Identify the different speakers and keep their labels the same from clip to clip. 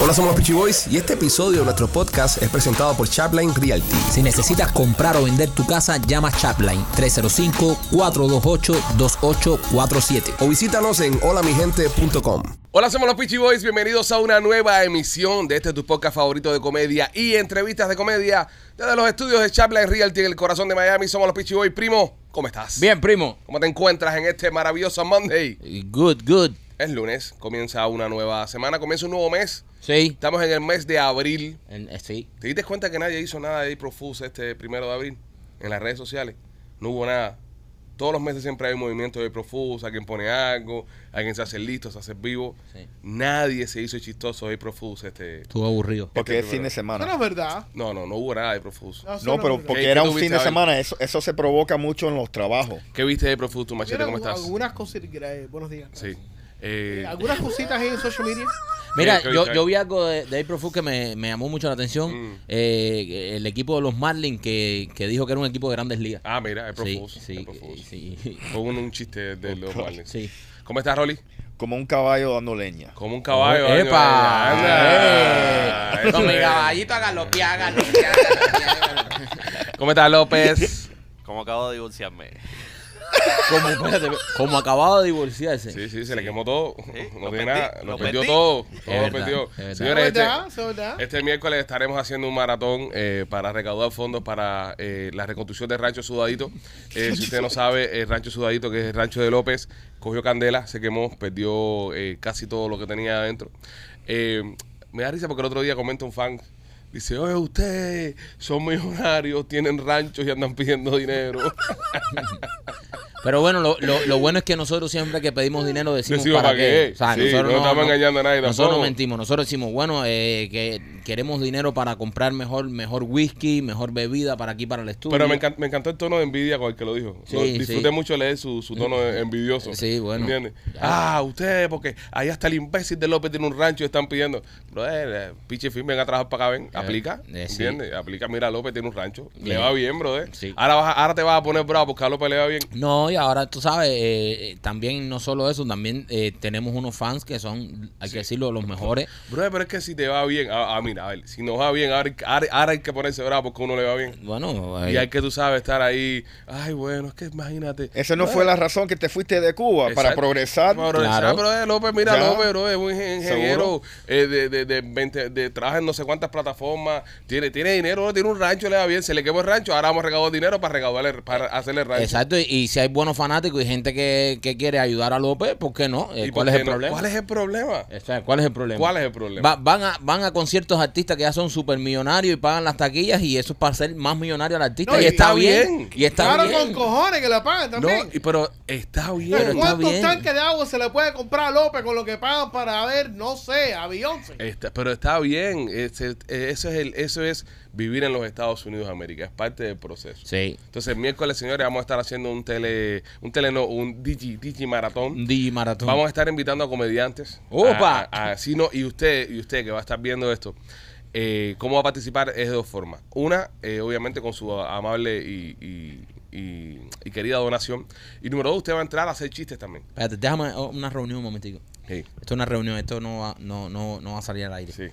Speaker 1: Hola, somos los Peachy Boys y este episodio de nuestro podcast es presentado por Chapline Realty.
Speaker 2: Si necesitas comprar o vender tu casa, llama Chapline 305-428-2847.
Speaker 1: O visítanos en holamigente.com. Hola, somos los Peachy Boys. Bienvenidos a una nueva emisión de este tu podcast favorito de comedia y entrevistas de comedia desde los estudios de Chapline Realty en el corazón de Miami. Somos los Peachy Boys. Primo, ¿cómo estás?
Speaker 3: Bien, primo.
Speaker 1: ¿Cómo te encuentras en este maravilloso Monday?
Speaker 3: Good, good.
Speaker 1: Es lunes, comienza una nueva semana, comienza un nuevo mes.
Speaker 3: Sí.
Speaker 1: Estamos en el mes de abril.
Speaker 3: En- eh, sí.
Speaker 1: ¿Te diste cuenta que nadie hizo nada de April Fools este primero de abril en las redes sociales? No hubo nada. Todos los meses siempre hay un movimiento de April Fools, alguien pone algo, alguien se hace listo, se hace vivo.
Speaker 3: Sí.
Speaker 1: Nadie se hizo chistoso de April Fools este...
Speaker 3: Estuvo aburrido.
Speaker 4: Porque es
Speaker 1: Este,
Speaker 4: fin de
Speaker 5: Eso no
Speaker 4: semana.
Speaker 5: es verdad.
Speaker 1: No, no, no hubo nada de April Fools.
Speaker 5: No, eso
Speaker 4: No,
Speaker 5: es
Speaker 4: pero
Speaker 5: verdad.
Speaker 4: porque
Speaker 1: ¿Qué- qué
Speaker 4: era un
Speaker 1: tuviste
Speaker 4: fin de
Speaker 1: hoy?
Speaker 4: semana. Eso, eso se provoca mucho en los trabajos.
Speaker 1: ¿Qué viste de April Fools, tu machete?
Speaker 5: Vieron
Speaker 1: ¿Cómo estás?
Speaker 5: Algunas cositas. eh, buenos días.
Speaker 1: Sí. Eh,
Speaker 5: Eh, Algunas cositas ahí en social media.
Speaker 3: Mira,
Speaker 1: Eh, ¿qué
Speaker 3: yo,
Speaker 1: viste
Speaker 3: yo
Speaker 1: ahí?
Speaker 3: vi algo de, de April Fool que me, me llamó mucho la atención.
Speaker 1: Mm.
Speaker 3: Eh, el equipo de los Marlins que, que dijo que era un equipo de grandes ligas.
Speaker 1: Ah, mira, April
Speaker 3: sí,
Speaker 1: Fools.
Speaker 3: sí,
Speaker 1: April Fools.
Speaker 3: sí,
Speaker 1: Fue un, un chiste de los Marlins.
Speaker 3: sí.
Speaker 1: ¿Cómo estás, Rolly?
Speaker 4: Como un caballo dando leña.
Speaker 1: Como un caballo.
Speaker 3: Oh, ¡Epa!
Speaker 1: Ay, anda.
Speaker 3: ¡Eh!
Speaker 1: Ah, Eso
Speaker 3: Con mi
Speaker 1: es.
Speaker 3: caballito a galopear, a galopear, a galopear.
Speaker 1: ¿Cómo estás, López?
Speaker 6: Como acabo de divorciarme.
Speaker 3: Como, espérate, como acabado de divorciarse.
Speaker 1: Sí, sí, se le quemó todo. No
Speaker 6: lo
Speaker 1: tiene
Speaker 6: perdí,
Speaker 1: nada. Lo,
Speaker 6: lo
Speaker 1: perdió
Speaker 6: perdí.
Speaker 1: todo. Todo
Speaker 3: verdad,
Speaker 1: lo perdió.
Speaker 3: es verdad.
Speaker 5: Eso
Speaker 1: Señores,
Speaker 5: es verdad.
Speaker 1: este,
Speaker 5: Eso es verdad.
Speaker 1: este miércoles estaremos haciendo un maratón eh, para recaudar fondos para eh, la reconstrucción del Rancho Sudadito. Eh, si usted no sabe, el Rancho Sudadito, que es el Rancho de López, cogió candela, se quemó, perdió eh, casi todo lo que tenía adentro. Eh, me da risa porque el otro día comenta un fan. Dice, oye, ustedes son millonarios, tienen ranchos y andan pidiendo dinero.
Speaker 3: Pero bueno, lo, lo, lo bueno es que nosotros siempre que pedimos dinero decimos,
Speaker 1: Decimos
Speaker 3: para
Speaker 1: para
Speaker 3: qué.
Speaker 1: qué. Sí, no estamos engañando a nadie
Speaker 3: Nosotros
Speaker 1: tampoco.
Speaker 3: no mentimos. Nosotros decimos, bueno, eh, que queremos dinero para comprar mejor mejor whisky, mejor bebida para aquí, para el estudio.
Speaker 1: Pero me, encan- me encantó el tono de envidia con el que lo dijo.
Speaker 3: Sí,
Speaker 1: Lo- disfruté
Speaker 3: sí.
Speaker 1: mucho leer su, su tono de- envidioso.
Speaker 3: Sí, bueno.
Speaker 1: ¿Entiendes?
Speaker 3: Ya.
Speaker 1: Mm. Ah, ustedes, porque ahí hasta el imbécil de López tiene un rancho y están pidiendo. Brother, eh, pinche film, ven a trabajar para acá, ven. Aplica.
Speaker 3: eh, sí.
Speaker 1: ¿Entiendes? Aplica, mira, López tiene un rancho. Le
Speaker 3: Bien.
Speaker 1: va bien, brother.
Speaker 3: Sí.
Speaker 1: Ahora, vas a- ahora te vas a poner bravo porque a López le va bien.
Speaker 3: No, y ahora tú sabes, eh, eh, también no solo eso, también eh, tenemos unos fans que son, hay que decirlo, los mejores.
Speaker 1: Brother, pero es que si te va bien. Ah, ah, mira, a ver, si nos va bien, ahora, ahora- ahora hay que ponerse bravo porque a uno le va bien.
Speaker 3: Bueno, eh,
Speaker 1: Y hay que, tú sabes, estar ahí. Ay, bueno, es que imagínate.
Speaker 4: Esa no fue la razón que te fuiste de Cuba, para
Speaker 1: Exacto.
Speaker 4: progresar.
Speaker 1: Para progresar,
Speaker 3: Claro.
Speaker 1: bro, eh, López, mira,
Speaker 4: Ya.
Speaker 1: López, bro, es un ingen- ingeniero
Speaker 4: Seguro.
Speaker 1: eh, de, de, de 20 de- trabaja en no sé cuántas plataformas, tiene, tiene dinero, bro, tiene un rancho, le va bien, se le quemó el rancho, ahora vamos a recaudar dinero para recaudarle, para hacerle el rancho.
Speaker 3: exacto, y, y si hay buenos fanáticos y gente que, que quiere ayudar a López, ¿por qué no? Eh,
Speaker 1: ¿Y por
Speaker 3: ¿Cuál es
Speaker 1: qué
Speaker 3: el
Speaker 1: no?
Speaker 3: problema?
Speaker 1: ¿Cuál es el problema?
Speaker 3: O sea, ¿Cuál es el problema?
Speaker 1: ¿Cuál es el problema?
Speaker 3: Va- van, a, van a conciertos de artistas que ya son supermillonarios y pagan las taquillas y eso es para ser más millonario al artista.
Speaker 5: No,
Speaker 3: y,
Speaker 5: y
Speaker 3: está
Speaker 1: está
Speaker 3: bien.
Speaker 1: bien.
Speaker 3: Y está
Speaker 5: claro,
Speaker 3: bien.
Speaker 5: con cojones que la pagan también.
Speaker 1: No, y- pero está bien.
Speaker 3: pero está
Speaker 5: ¿Cuántos
Speaker 3: bien.
Speaker 5: tanques de agua se le puede comprar a López con lo que pagan para ver, no sé, a Beyoncé?
Speaker 1: Está- pero está bien, ese- eh, eso, es el, eso es vivir en los Estados Unidos de América, es parte del proceso.
Speaker 3: Sí.
Speaker 1: Entonces, el miércoles, señores, vamos a estar haciendo un tele, un tele, no, un digi, digi maratón.
Speaker 3: Un DJ maratón.
Speaker 1: Vamos a estar invitando a comediantes.
Speaker 3: ¡Opa!
Speaker 1: A- a- a- sí, no, y usted, y usted que va a estar viendo esto, eh, cómo va a participar es de dos formas. Una, eh, obviamente, con su amable y, y- y- y querida donación. Y número dos, usted va a entrar a hacer chistes también.
Speaker 3: Espérate, déjame oh, una reunión un momentico.
Speaker 1: Sí,
Speaker 3: Esto es una reunión, esto no va, no, no, no va a salir al aire.
Speaker 1: sí.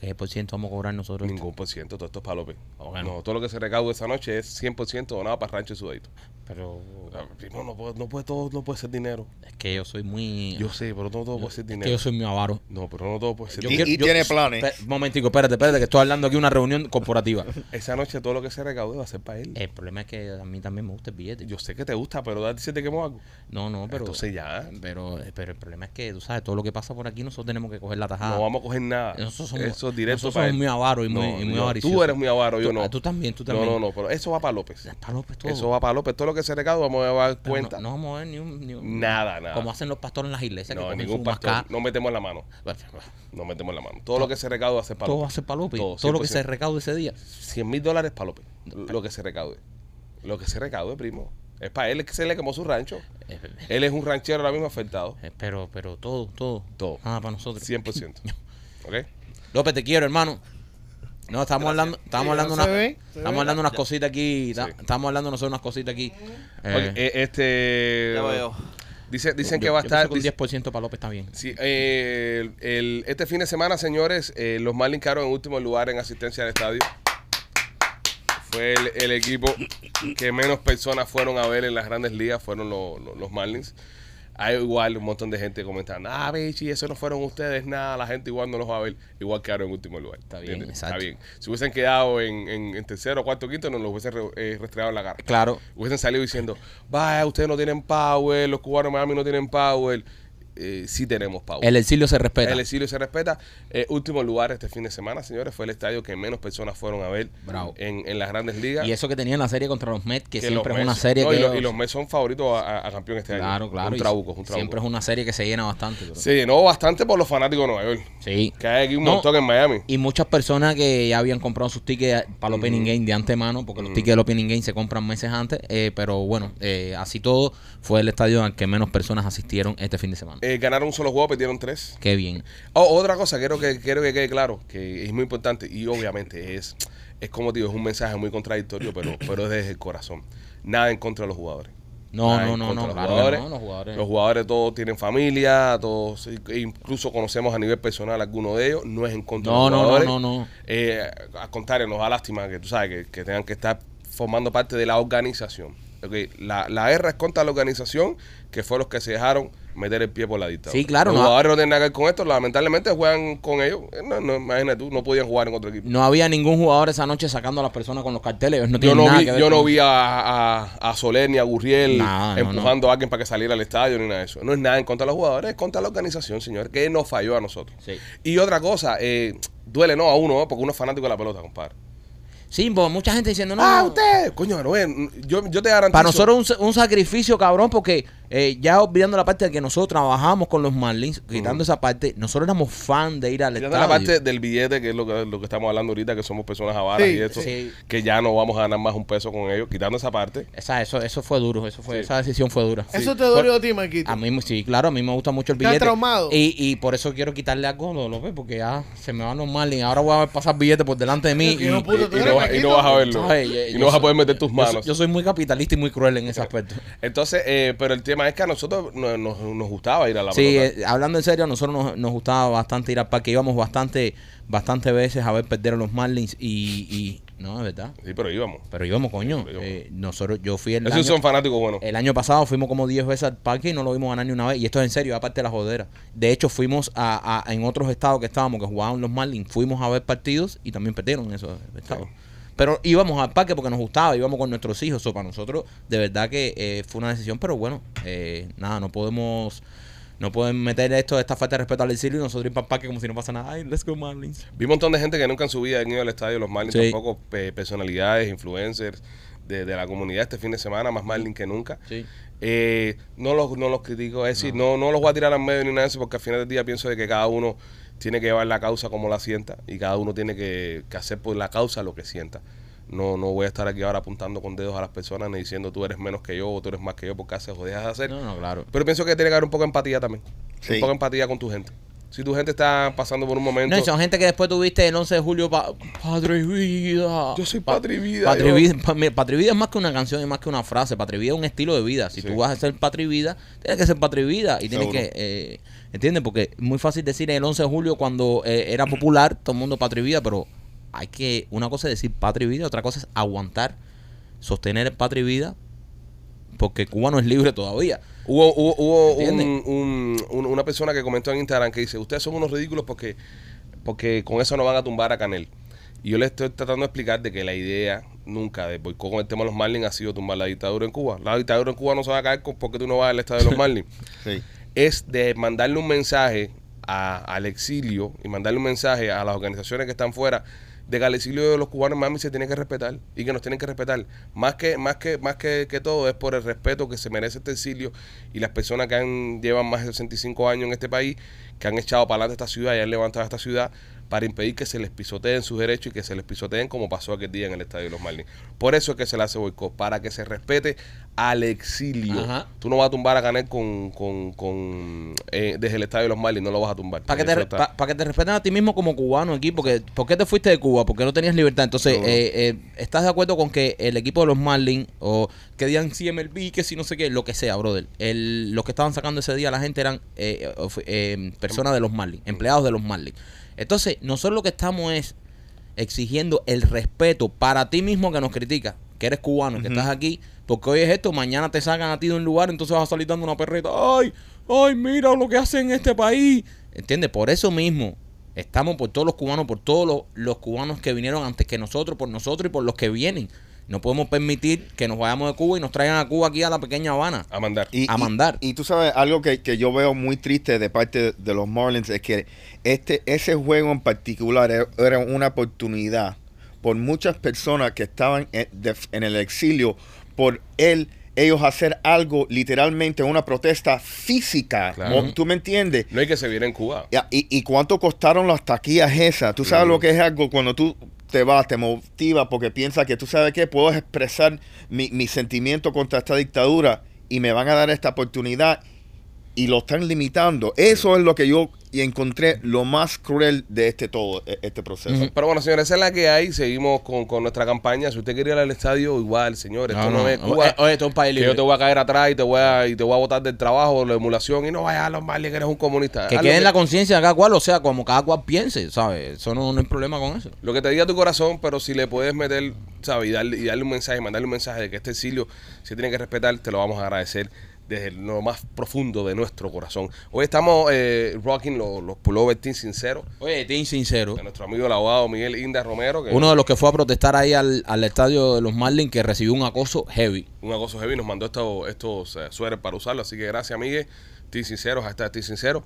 Speaker 3: ¿Qué por ciento vamos a cobrar nosotros?
Speaker 1: Ningún por ciento, todo esto es para López.
Speaker 3: Ok.
Speaker 1: No, todo lo que se recaude esta noche es 100% donado para Rancho Sudadito.
Speaker 3: Pero
Speaker 1: No, no puede, no puede todo, no puede ser dinero.
Speaker 3: es que yo soy muy...
Speaker 1: Yo sé, pero no todo puede ser
Speaker 3: es
Speaker 1: dinero.
Speaker 3: que yo soy muy avaro.
Speaker 1: No, pero no todo puede ser
Speaker 4: Y,
Speaker 3: Yo
Speaker 1: dinero.
Speaker 3: quiero-
Speaker 4: y tiene planes.
Speaker 3: Pe- momentico, espérate, espérate, que estoy hablando aquí de una reunión corporativa.
Speaker 1: Esa noche todo lo que se recaude va a ser para él.
Speaker 3: el problema es que a mí también me gusta el billete.
Speaker 1: Yo sé que te gusta, pero date si te quemó algo.
Speaker 3: No, no, pero.
Speaker 1: Entonces ya.
Speaker 3: Pero, pero el problema es que, tú sabes, todo lo que pasa por aquí nosotros tenemos que coger la tajada.
Speaker 1: No vamos a coger nada.
Speaker 3: Ah. Nosotros somos-
Speaker 1: eso es directo
Speaker 3: nosotros
Speaker 1: para
Speaker 3: somos
Speaker 1: él.
Speaker 3: muy avaros y muy- y muy avariciosos.
Speaker 1: Tú eres muy avaro, yo
Speaker 3: Tú-
Speaker 1: no.
Speaker 3: ah, tú también, tú también.
Speaker 1: No, no, no, pero eso va para López.
Speaker 3: Está López todo.
Speaker 1: Eso va para López. Todo lo que se recaude vamos a dar
Speaker 3: Pero
Speaker 1: cuenta.
Speaker 3: No, no vamos a ver ni un. ni un-
Speaker 1: Nada, nada.
Speaker 3: Como hacen los pastores en las iglesias. que
Speaker 1: no,
Speaker 3: cogen
Speaker 1: ningún
Speaker 3: su
Speaker 1: pastor.
Speaker 3: mascá.
Speaker 1: No metemos la mano.
Speaker 3: Bueno,
Speaker 1: No metemos la mano. Todo lo que se recaude va a ser para
Speaker 3: Todo va a
Speaker 1: López.
Speaker 3: ser para López.
Speaker 1: Todo,
Speaker 3: Todo, lo que se
Speaker 1: 100%.
Speaker 3: recaude ese día.
Speaker 1: 100 mil dólares para López. Lo que se recaude. Lo que se recaude, primo. Es para él es que se le quemó su rancho.
Speaker 3: Eh, eh,
Speaker 1: Él es un ranchero ahora mismo afectado.
Speaker 3: eh, Pero, pero todo, todo.
Speaker 1: Todo.
Speaker 3: Nada para nosotros.
Speaker 1: 100%. ¿Ok?
Speaker 3: López, te quiero, hermano. No, estamos hablando, estamos
Speaker 5: Sí,
Speaker 3: hablando
Speaker 5: ya se
Speaker 3: una-
Speaker 5: ve, se
Speaker 3: estamos
Speaker 5: ve.
Speaker 3: hablando unas cositas aquí, ta-
Speaker 1: Sí.
Speaker 3: Eh. estamos hablando nosotros unas cositas aquí. Eh,
Speaker 1: Ok, eh, este.
Speaker 6: Ya veo.
Speaker 1: Dice, dicen
Speaker 3: Yo-
Speaker 1: que va a
Speaker 3: yo
Speaker 1: estar.
Speaker 3: pienso que
Speaker 1: dice-
Speaker 3: un 10% para López está bien.
Speaker 1: Sí, eh, el- el- este fin de semana, señores, eh, los Marlins quedaron en último lugar en asistencia al estadio. Fue el, el equipo que menos personas fueron a ver en las grandes ligas, fueron lo- lo- los Marlins. Hay igual un montón de gente comentando, ah, bichi, eso no fueron ustedes, nada, la gente igual no los va a ver. Igual quedaron en último lugar. Está
Speaker 3: bien,
Speaker 1: Está
Speaker 3: exacto.
Speaker 1: bien. Si hubiesen quedado en, en- en tercero, cuarto, quinto, nos los hubiesen re- eh, restregado en la cara
Speaker 3: Claro.
Speaker 1: hubiesen salido diciendo, vaya, ustedes no tienen power, los cubanos de Miami no tienen power. Eh, sí tenemos power.
Speaker 3: El exilio se respeta.
Speaker 1: El exilio se respeta. Eh, último lugar este fin de semana, señores, fue el estadio que menos personas fueron a ver
Speaker 3: Bravo.
Speaker 1: En, en las grandes ligas.
Speaker 3: Y eso que tenían la serie contra los Mets, que,
Speaker 1: Que
Speaker 3: siempre
Speaker 1: los
Speaker 3: es una
Speaker 1: Mets-
Speaker 3: serie
Speaker 1: no,
Speaker 3: que...
Speaker 1: y, los, y los Mets son favoritos a, a- a campeón este año.
Speaker 3: claro, claro.
Speaker 1: Un
Speaker 3: y
Speaker 1: trabuco, un trabuco.
Speaker 3: Siempre es una serie que se llena bastante. bro.
Speaker 1: Se llenó bastante por los fanáticos de Nueva York.
Speaker 3: Sí.
Speaker 1: Que hay aquí un
Speaker 3: No,
Speaker 1: montón en Miami.
Speaker 3: Y muchas personas que ya habían comprado sus tickets para el
Speaker 1: Mm.
Speaker 3: Opening Game de antemano, porque los tickets del Opening Game se compran meses antes, eh, pero bueno, eh, así todo, fue el estadio al que menos personas asistieron este fin de semana.
Speaker 1: Eh, ganaron un solo juego, perdieron tres.
Speaker 3: Qué bien.
Speaker 1: Oh, otra cosa, quiero que, quiero que quede claro, que es muy importante y obviamente es, es como te digo, es un mensaje muy contradictorio, pero, pero es desde el corazón. Nada en contra de los jugadores.
Speaker 3: No,
Speaker 1: Nada
Speaker 3: no,
Speaker 1: en
Speaker 3: no,
Speaker 1: contra
Speaker 3: no,
Speaker 1: de
Speaker 3: claro que no,
Speaker 1: los
Speaker 3: los
Speaker 1: jugadores.
Speaker 3: jugadores.
Speaker 1: Los jugadores todos tienen familia, todos, e incluso conocemos a nivel personal a alguno de ellos, no es en contra
Speaker 3: No,
Speaker 1: de los
Speaker 3: no, no,
Speaker 1: jugadores.
Speaker 3: no, no.
Speaker 1: Eh, al contrario, nos da lástima que tú sabes que, que tengan que estar formando parte de la organización. Ok, La, la guerra es contra la organización, que fue los que se dejaron meter el pie por la dictadura.
Speaker 3: Sí, claro,
Speaker 1: Los
Speaker 3: no- ah.
Speaker 1: jugadores no tienen nada que ver con esto, lamentablemente juegan con ellos. Eh, No, no, imagínate tú, no podían jugar en otro equipo.
Speaker 3: No había ningún jugador esa noche sacando a las personas con los carteles. ellos No
Speaker 1: Yo
Speaker 3: tienen
Speaker 1: no
Speaker 3: nada
Speaker 1: vi,
Speaker 3: que ver
Speaker 1: yo no
Speaker 3: con-
Speaker 1: vi a, a- a Soler ni a Gurriel
Speaker 3: Nada, no,
Speaker 1: empujando a alguien para que saliera al estadio ni nada de eso. No es nada en contra de los jugadores, es contra la organización, señor, que nos falló a nosotros.
Speaker 3: Sí.
Speaker 1: Y otra cosa, eh, duele no a uno, ¿no? porque uno es fanático de la pelota, compadre.
Speaker 3: Sí, porque mucha gente diciendo, no,
Speaker 1: Ah,
Speaker 3: no,
Speaker 1: usted, coño, no es- yo, yo te garantizo.
Speaker 3: Para nosotros un, sa- un sacrificio, cabrón, porque eh, ya olvidando la parte de que nosotros trabajamos con los Marlins, quitando esa parte, nosotros éramos fan de ir al
Speaker 1: Tirando
Speaker 3: estadio.
Speaker 1: la parte del billete, que es lo que, lo que estamos hablando ahorita, que somos personas avaras
Speaker 5: Sí,
Speaker 1: y eso,
Speaker 3: sí.
Speaker 1: que ya no vamos a ganar más un peso con ellos, quitando esa parte.
Speaker 3: Esa, eso, eso fue duro, eso fue,
Speaker 1: Sí.
Speaker 3: esa decisión fue dura.
Speaker 5: Eso
Speaker 3: Sí.
Speaker 5: te dolió a ti, Marquito.
Speaker 3: A mí me- sí, claro, a mí me gusta mucho el
Speaker 5: Estás
Speaker 3: billete.
Speaker 5: traumado.
Speaker 3: Y, y por eso quiero quitarle algo a Godo López, porque ya se me van los Marlins. Ahora voy a ver pasar billetes por delante de mí.
Speaker 5: Yo no
Speaker 3: y-
Speaker 1: Y,
Speaker 5: pude- Puto, tú
Speaker 1: y
Speaker 5: eres
Speaker 1: no, vas- y no vas a verlo.
Speaker 3: Ay, eh,
Speaker 1: y
Speaker 3: yo
Speaker 1: no vas a
Speaker 3: soy-
Speaker 1: poder meter tus
Speaker 3: yo soy-
Speaker 1: manos.
Speaker 3: yo soy muy capitalista y muy cruel en ese aspecto.
Speaker 1: Entonces, eh, pero el tema es que a nosotros no- nos, nos gustaba ir a la
Speaker 3: Sí,
Speaker 1: pelota.
Speaker 3: eh, hablando en serio, a nosotros nos, nos gustaba bastante ir al parque. Íbamos bastante, bastante veces a ver perder a los Marlins y, y- no, es verdad.
Speaker 1: sí, pero íbamos.
Speaker 3: Pero íbamos, coño.
Speaker 1: Pero íbamos.
Speaker 3: Eh, nosotros, yo fui el año, eh,
Speaker 1: Esos son fanáticos buenos.
Speaker 3: el año pasado, fuimos como 10 veces al parque y no lo vimos ganar ni una vez. Y esto es en serio, aparte de la jodera. De hecho, fuimos a, a- en otros estados que estábamos, que jugaban los Marlins, fuimos a ver partidos y también perdieron en esos estados. Pero íbamos al parque porque nos gustaba, íbamos con nuestros hijos. O para nosotros, de verdad que eh, fue una decisión, pero bueno, eh, nada, no podemos. No pueden meter esto, esta falta de respeto al exilio y nosotros ir para el parque como si no pasa nada. Ay, let's go Marlins.
Speaker 1: Vi un montón de gente que nunca en su vida han ido al estadio, los Marlins
Speaker 3: Sí.
Speaker 1: tampoco, pe- personalidades, influencers de, de la comunidad este fin de semana, más Marlins que nunca.
Speaker 3: Sí.
Speaker 1: Eh, no, los, no los critico, es decir, no, no los voy a tirar al medio ni nada de eso, porque al final del día pienso de que cada uno tiene que llevar la causa como la sienta y cada uno tiene que, que hacer por la causa lo que sienta. No, no voy a estar aquí ahora apuntando con dedos a las personas ni diciendo tú eres menos que yo o tú eres más que yo porque haces o dejas de hacer.
Speaker 3: No, no, claro.
Speaker 1: Pero pienso que tiene que haber un poco de empatía también.
Speaker 4: Sí.
Speaker 1: Un poco de empatía con tu gente. Si tu gente está pasando por un momento.
Speaker 3: No, y son gente que después tuviste el 11 de julio, pa- Patri Vida.
Speaker 1: Yo soy
Speaker 3: Pa-
Speaker 1: Patri Vida,
Speaker 3: Patri
Speaker 1: yo.
Speaker 3: Vida, pa- mira, Patri Vida es más que una canción y más que una frase. Patri Vida es un estilo de vida. Si
Speaker 1: Sí.
Speaker 3: tú vas a ser Patri Vida, tienes que ser Patri Vida. Y tienes
Speaker 4: Seguro.
Speaker 3: que. eh, ¿Entiendes? Porque es muy fácil decir el 11 de julio cuando eh, era popular, todo el mundo Patri Vida, pero hay que. Una cosa es decir Patri Vida, otra cosa es aguantar, sostener el Patri Vida, porque Cuba no es libre todavía.
Speaker 1: Hubo, hubo, hubo
Speaker 3: ¿Entiendes?
Speaker 1: un- un- un- una persona que comentó en Instagram que dice, ustedes son unos ridículos porque, porque con eso no van a tumbar a Canel. Y yo le estoy tratando de explicar de que la idea nunca de boicot con el tema de los Marlins ha sido tumbar la dictadura en Cuba. La dictadura en Cuba no se va a caer con- porque tú no vas al estado de los Marlins.
Speaker 4: Sí.
Speaker 1: es de mandarle un mensaje a- al exilio y mandarle un mensaje a las organizaciones que están fuera de que al exilio de los cubanos en Miami se tiene que respetar y que nos tienen que respetar. Más que más que más que, que todo es por el respeto que se merece este exilio y las personas que han llevan más de 65 años en este país, que han echado para adelante esta ciudad y han levantado esta ciudad, para impedir que se les pisoteen sus derechos y que se les pisoteen como pasó aquel día en el estadio de los Marlins. Por eso es que se le hace boicot, para que se respete al exilio.
Speaker 3: Ajá.
Speaker 1: Tú no vas a tumbar a Canet con, con, con, eh, desde el estadio de los Marlins, no lo vas a tumbar.
Speaker 3: Para que, te,
Speaker 1: Eso
Speaker 3: re-
Speaker 1: está-
Speaker 3: pa- pa' que te respeten a ti mismo como cubano aquí, porque ¿por qué te fuiste de Cuba? ¿Por qué no tenías libertad? Entonces,
Speaker 1: Seguro.
Speaker 3: eh, eh, ¿estás de acuerdo con que el equipo de los Marlins, o que digan si MLB, que si no sé qué, lo que sea, brother? El, los que estaban sacando ese día la gente eran eh, of- eh, personas de los Marlins, empleados de los Marlins. Entonces, nosotros lo que estamos es exigiendo el respeto para ti mismo que nos critica, que eres cubano, que estás aquí, porque hoy es esto, mañana te sacan a ti de un lugar, entonces vas a salir dando una perreta, ay, ay, mira lo que hacen en este país. ¿Entiendes? Por eso mismo estamos por todos los cubanos, por todos los, los cubanos que vinieron antes que nosotros, por nosotros y por los que vienen. No podemos permitir que nos vayamos de Cuba y nos traigan a Cuba aquí a la pequeña Habana.
Speaker 1: a mandar.
Speaker 3: a mandar.
Speaker 4: Y, tú sabes, algo que, que yo veo muy triste de parte de los Marlins es que este, ese juego en particular e- era una oportunidad por muchas personas que estaban en, de- en el exilio por él ellos hacer algo literalmente una protesta física
Speaker 1: Claro.
Speaker 4: ¿no? tú me entiendes
Speaker 1: no hay que se viera en Cuba.
Speaker 4: Ya, ¿Y, y cuánto costaron las taquillas esas? ¿Tú sabes
Speaker 1: Mm.
Speaker 4: lo que es algo cuando tú te vas, te motivas porque piensas que tú sabes que puedo expresar mi, mi sentimiento contra esta dictadura y me van a dar esta oportunidad y lo están limitando? Eso es lo que yo encontré lo más cruel de este todo, e- este proceso.
Speaker 1: Pero bueno, señores, esa es la que hay. Seguimos con, con nuestra campaña. Si usted quiere ir al estadio, igual, señores. esto no, es Cuba.
Speaker 3: Eh, Oye, esto es un país
Speaker 1: que
Speaker 3: libre.
Speaker 1: yo te voy a caer atrás y te voy a, y te voy a botar del trabajo, la emulación. Y no vayas a los Marlins, que eres un comunista.
Speaker 3: Que
Speaker 1: Haz Ah, lo
Speaker 3: quede en la conciencia de cada cual, o sea, como cada cual piense, ¿sabes? Eso no, no hay problema con eso.
Speaker 1: Lo que te diga tu corazón, pero si le puedes meter, ¿sabes? Y darle, y darle un mensaje, mandarle un mensaje de que este exilio se tiene que respetar, te lo vamos a agradecer desde lo más profundo de nuestro corazón. Hoy estamos eh, rocking los, los pullover team sinceros
Speaker 3: Oye, te sincero.
Speaker 1: de nuestro amigo el abogado Miguel Inda Romero, que
Speaker 3: Uno de los que fue a protestar ahí al, al estadio de los Marlins que recibió un acoso heavy.
Speaker 1: un acoso heavy nos mandó estos, estos eh, suéteres para usarlo. Así que gracias, Miguel. Ti sincero, hasta ti sincero.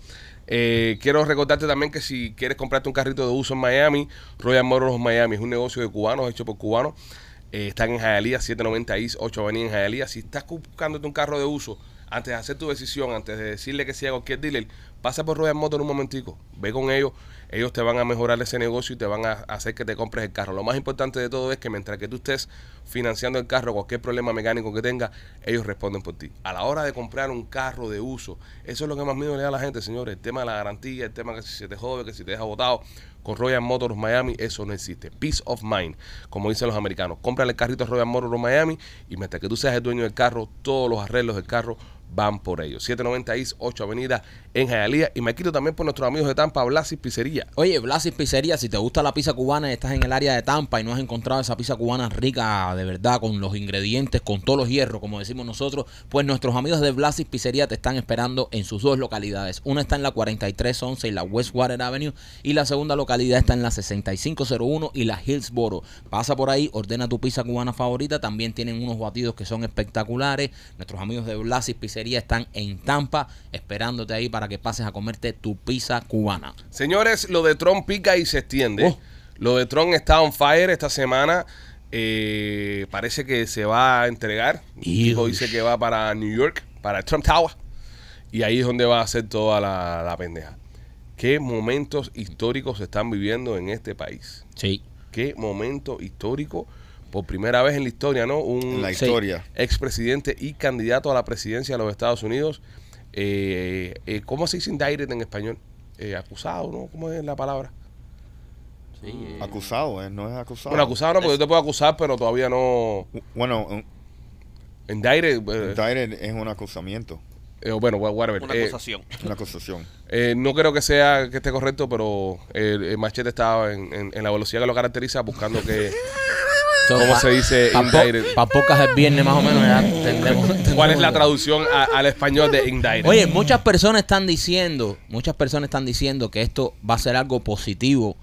Speaker 1: Eh, quiero recordarte también que si quieres comprarte un carrito de uso en Miami, Royal Motors Miami es un negocio de cubanos, hecho por cubanos. Eh, están en Hialeah, 790 East 8 Avenida en Hialeah. Si estás buscándote un carro de uso, antes de hacer tu decisión, antes de decirle que sea cualquier dealer, pasa por Royal Motors un momentico, ve con ellos, ellos te van a mejorar ese negocio y te van a hacer que te compres el carro. Lo más importante de todo es que mientras que tú estés financiando el carro, cualquier problema mecánico que tenga, ellos responden por ti. A la hora de comprar un carro de uso, eso es lo que más miedo le da a la gente, señores, el tema de la garantía, el tema que si se te jode, que si te deja botado, con Royal Motors Miami eso no existe. Peace of mind, como dicen los americanos. Cómprale el carrito a Royal Motors Miami y mientras que tú seas el dueño del carro, todos los arreglos del carro van por ellos. 790 East 8 Avenida en Hialeah. Y me quito también por nuestros amigos de Tampa, Blas y Pizzería.
Speaker 3: Oye, Blasis Pizzería, si te gusta la pizza cubana y estás en el área de Tampa y no has encontrado esa pizza cubana rica de verdad, con los ingredientes, con todos los hierros, como decimos nosotros, pues nuestros amigos de Blasis Pizzería te están esperando en sus dos localidades. Una está en la 4311 y la Westwater Avenue y la segunda localidad está en la 6501 y la Hillsboro. Pasa por ahí, ordena tu pizza cubana favorita. También tienen unos batidos que son espectaculares. Nuestros amigos de Blasis Pizzería están en Tampa esperándote ahí para que pases a comerte tu pizza cubana.
Speaker 1: Señores, lo de Tron pica y se extiende.
Speaker 3: Oh.
Speaker 1: Lo de Tron está on fire esta semana. Eh, parece que se va a entregar. El tipo dice que va para New York, para el Trump Tower. Y ahí es donde va a ser toda la, la pendeja. ¿Qué momentos históricos se están viviendo en este país?
Speaker 3: Sí.
Speaker 1: ¿Qué momento histórico? Por primera vez en la historia, ¿no? Un,
Speaker 4: En la
Speaker 3: Sí.
Speaker 4: historia.
Speaker 1: expresidente y candidato a la presidencia de los Estados Unidos. Eh, eh, ¿Cómo se dice indicted en español? Eh, acusado, ¿no? ¿Cómo es la palabra?
Speaker 4: Acusado, ¿eh? No es acusado.
Speaker 1: Bueno, acusado no, porque yo te puedo acusar, pero todavía no.
Speaker 4: Bueno, un-
Speaker 1: Indicted.
Speaker 4: un
Speaker 1: eh,
Speaker 4: indicted es un acusamiento,
Speaker 1: eh, bueno, wha- whatever.
Speaker 6: Una
Speaker 1: Eh,
Speaker 6: acusación.
Speaker 4: una acusación.
Speaker 1: eh, no creo que sea que esté correcto, pero el, el machete estaba en, en- en la velocidad que lo caracteriza buscando que. ¿Cómo se dice indicted?
Speaker 3: Para pocas el viernes más o menos ya entendemos.
Speaker 1: ¿Cuál es la traducción a- al español de indicted?
Speaker 3: Oye, muchas personas están diciendo, muchas personas están diciendo que esto va a ser algo positivo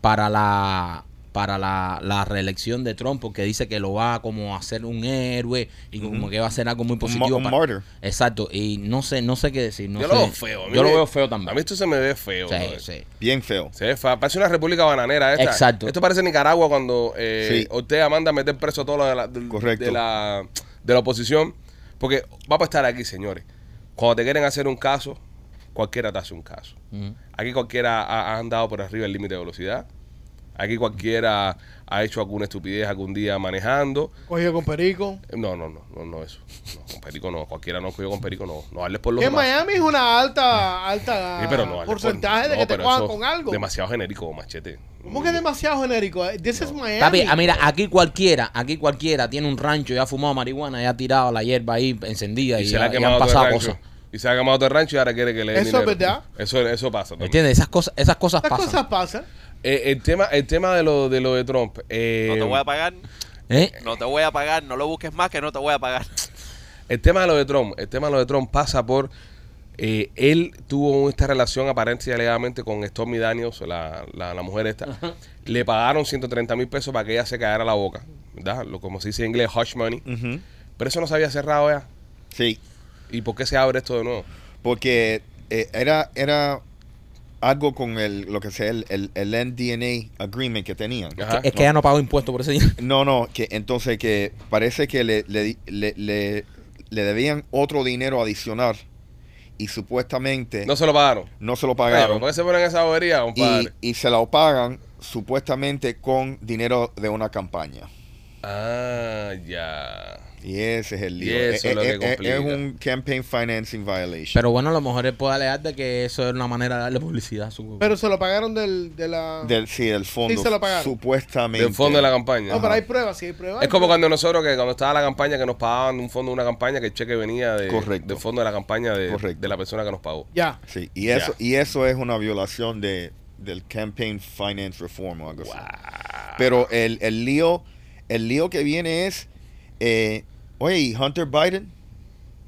Speaker 3: para la para la, la reelección de Trump, porque dice que lo va como a hacer un héroe y como que va a ser algo muy positivo.
Speaker 4: un
Speaker 3: para-
Speaker 4: martyr.
Speaker 3: Exacto, y no sé, no sé qué decir. no
Speaker 1: yo
Speaker 3: sé.
Speaker 1: lo veo feo. a mí
Speaker 3: Yo lo
Speaker 1: me-
Speaker 3: veo feo
Speaker 1: A
Speaker 3: también.
Speaker 1: mí esto se me ve feo.
Speaker 3: Sí,
Speaker 1: brother.
Speaker 3: sí.
Speaker 4: Bien feo.
Speaker 1: Se ve fa- parece una república bananera esta.
Speaker 3: Exacto.
Speaker 1: Esto parece Nicaragua cuando eh,
Speaker 4: Sí.
Speaker 1: Ortega manda a meter preso a todos los de la, del-
Speaker 4: Correcto.
Speaker 1: de la de la oposición. Porque vamos a estar aquí, señores. Cuando te quieren hacer un caso, cualquiera te hace un caso. Aquí cualquiera ha, ha andado por arriba el límite de velocidad. Aquí cualquiera ha hecho alguna estupidez algún día manejando.
Speaker 5: Cogido con Perico.
Speaker 1: No, no, no, no, no eso. No, con Perico no, cualquiera no cogió con Perico, no. No hables por los
Speaker 5: Que en
Speaker 1: demás.
Speaker 5: Miami es una alta, alta
Speaker 1: Sí, pero no hables por-
Speaker 5: porcentaje de
Speaker 1: no,
Speaker 5: que te
Speaker 1: pero
Speaker 5: cojan
Speaker 1: eso
Speaker 5: con algo.
Speaker 1: Demasiado genérico, machete.
Speaker 5: ¿Cómo que demasiado genérico? Eh, This is Miami.
Speaker 3: Papi, ah, mira, aquí cualquiera, aquí cualquiera tiene un rancho, ya ha fumado marihuana, ya ha tirado la hierba ahí encendida y,
Speaker 1: Y se le ha
Speaker 3: ya- ya han
Speaker 1: quemado todo
Speaker 3: pasado
Speaker 1: el rancho.
Speaker 3: cosas.
Speaker 1: Y se ha quemado todo el rancho y ahora quiere que le den
Speaker 5: Eso
Speaker 1: dinero.
Speaker 5: es verdad.
Speaker 1: Eso, eso pasa también.
Speaker 3: ¿Entiendes? Esas cosas, esas cosas
Speaker 5: Estas
Speaker 3: pasan.
Speaker 5: cosas pasan.
Speaker 1: Eh, el tema, el tema de lo de lo de Trump. eh,
Speaker 6: No te voy a pagar,
Speaker 3: ¿Eh?
Speaker 6: no te voy a pagar, no lo busques más que no te voy a pagar.
Speaker 1: El tema de lo de Trump, el tema de lo de Trump pasa por eh, él tuvo esta relación aparente y alegadamente con Stormy Daniels, la, la, la mujer esta. Le pagaron 130 mil pesos para que ella se cagara la boca, ¿verdad? Lo como se dice en inglés, hush money.
Speaker 4: Ujú.
Speaker 1: Pero eso no se había cerrado ya.
Speaker 4: Sí,
Speaker 1: ¿Y por qué se abre esto de nuevo?
Speaker 4: porque eh, era, era algo con el, lo que sea el, el, el NDNA agreement que tenían.
Speaker 1: Ajá,
Speaker 3: Es que ella no pagó impuestos por ese dinero.
Speaker 4: No, no, que entonces que parece que le, le, di- le, le- le debían otro dinero adicional y supuestamente
Speaker 1: no
Speaker 4: no,
Speaker 1: se lo eh, pagaron.
Speaker 4: se lo
Speaker 1: Oye,
Speaker 4: pagaron.
Speaker 1: ¿Por qué se ponen esa bobería,
Speaker 4: y,
Speaker 1: compadre?
Speaker 4: y se lo pagan supuestamente con dinero de una campaña.
Speaker 1: Ah, ya.
Speaker 4: Y ese es el
Speaker 1: Y
Speaker 4: lío. Eh,
Speaker 1: eso es lo que complica.
Speaker 4: es un campaign financing violation.
Speaker 3: Pero bueno, a lo mejor él puede alegar de que eso era una manera de darle publicidad a su
Speaker 5: Pero se lo pagaron del, de la...
Speaker 4: del, sí, del fondo.
Speaker 5: Sí, se lo pagaron.
Speaker 4: Supuestamente.
Speaker 1: Del fondo de la campaña.
Speaker 5: no, pero hay pruebas, sí hay pruebas.
Speaker 1: Es como cuando nosotros, que cuando estaba la campaña, que nos pagaban un fondo de una campaña, que el cheque venía de,
Speaker 4: Correcto.
Speaker 1: del fondo de la campaña de,
Speaker 4: Correcto.
Speaker 1: de la persona que nos pagó.
Speaker 5: Ya.
Speaker 4: Sí, y eso,
Speaker 1: Ya.
Speaker 4: y eso es una violación de, del campaign finance reform o algo así. Pero el, el lío, el lío que viene es, eh, oye, ¿y Hunter Biden,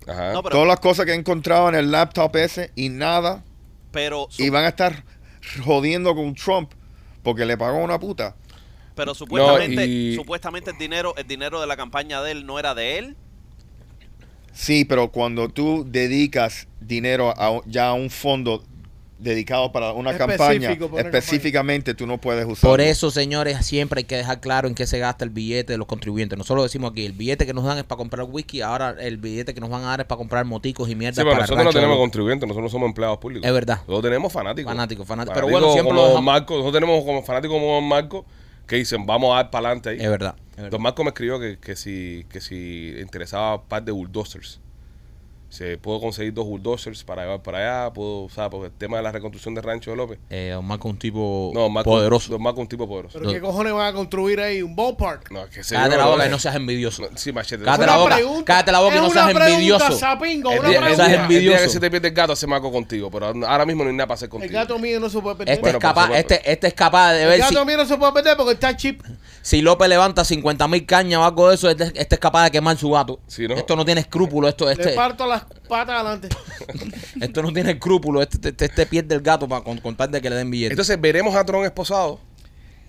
Speaker 1: Ajá.
Speaker 6: No, pero-
Speaker 4: todas las cosas que he encontrado en el laptop ese y nada,
Speaker 6: Pero, su-
Speaker 4: y van a estar jodiendo con Trump porque le pagó una puta.
Speaker 6: pero supuestamente,
Speaker 1: y-
Speaker 6: supuestamente el dinero, el dinero de la campaña de él no era de él.
Speaker 4: Sí, pero cuando tú dedicas dinero a, un- ya a un fondo dedicado para una campaña,
Speaker 5: Específico, para una
Speaker 4: específicamente tú no puedes usar.
Speaker 3: Por eso, señores, siempre hay que dejar claro en qué se gasta el billete de los contribuyentes. Nosotros decimos aquí, el billete que nos dan es para comprar whisky, ahora el billete que nos van a dar es para comprar moticos y mierda.
Speaker 1: Sí, pero
Speaker 3: para el
Speaker 1: nosotros no
Speaker 3: rancho de
Speaker 1: tenemos
Speaker 3: los-
Speaker 1: contribuyentes, nosotros no somos empleados públicos.
Speaker 3: Es verdad.
Speaker 1: Nosotros tenemos fanáticos.
Speaker 3: Fanáticos, fanáticos. Pero bueno, siempre
Speaker 1: como
Speaker 3: lo
Speaker 1: Don
Speaker 3: dejamos-
Speaker 1: Marco, nosotros tenemos como fanáticos como Don Marco que dicen, vamos a dar para adelante ahí.
Speaker 3: Es verdad. es verdad.
Speaker 1: Don Marco me escribió que, que si que si interesaba un par de bulldozers. Se puedo conseguir dos bulldozers para llevar para allá, puedo, o sea, porque el tema de la reconstrucción de Rancho de López.
Speaker 3: Eh, don Marco es un tipo
Speaker 1: No, Don Marco,
Speaker 3: poderoso.
Speaker 1: Don Marco es un tipo poderoso.
Speaker 5: Pero ¿qué cojones van a construir ahí? ¿Un ballpark?
Speaker 1: No, que se
Speaker 3: Cállate
Speaker 1: yo,
Speaker 3: la boca
Speaker 1: no,
Speaker 3: y no seas envidioso.
Speaker 1: no, Sí, machete.
Speaker 3: Cállate
Speaker 1: no,
Speaker 3: la
Speaker 1: no,
Speaker 3: boca, cállate la boca y
Speaker 5: Es
Speaker 3: no seas
Speaker 5: una pregunta,
Speaker 3: envidioso.
Speaker 5: sapingo,
Speaker 1: El
Speaker 5: una
Speaker 1: día, el
Speaker 5: pregunta.
Speaker 1: día- el día que
Speaker 3: envidioso.
Speaker 1: se te pierde el gato, se maco contigo. Pero ahora mismo no hay nada para hacer
Speaker 5: El
Speaker 1: contigo.
Speaker 5: gato mío no se puede perder.
Speaker 3: Este,
Speaker 1: Bueno,
Speaker 3: es
Speaker 1: por
Speaker 3: capaz,
Speaker 1: supuesto.
Speaker 3: este, este es capaz de
Speaker 5: el
Speaker 3: ver si,
Speaker 5: gato mío no se puede perder porque está chip.
Speaker 3: si López levanta 50 mil cañas o algo de eso, este, este es capaz de quemar su gato.
Speaker 1: Sí, ¿no?
Speaker 3: Esto no tiene escrúpulo, esto,
Speaker 5: Le
Speaker 3: este,
Speaker 5: parto las patas adelante.
Speaker 3: esto no tiene escrúpulo, este, este, este pierde el gato para contar de que le den billete.
Speaker 1: Entonces veremos a Tron esposado.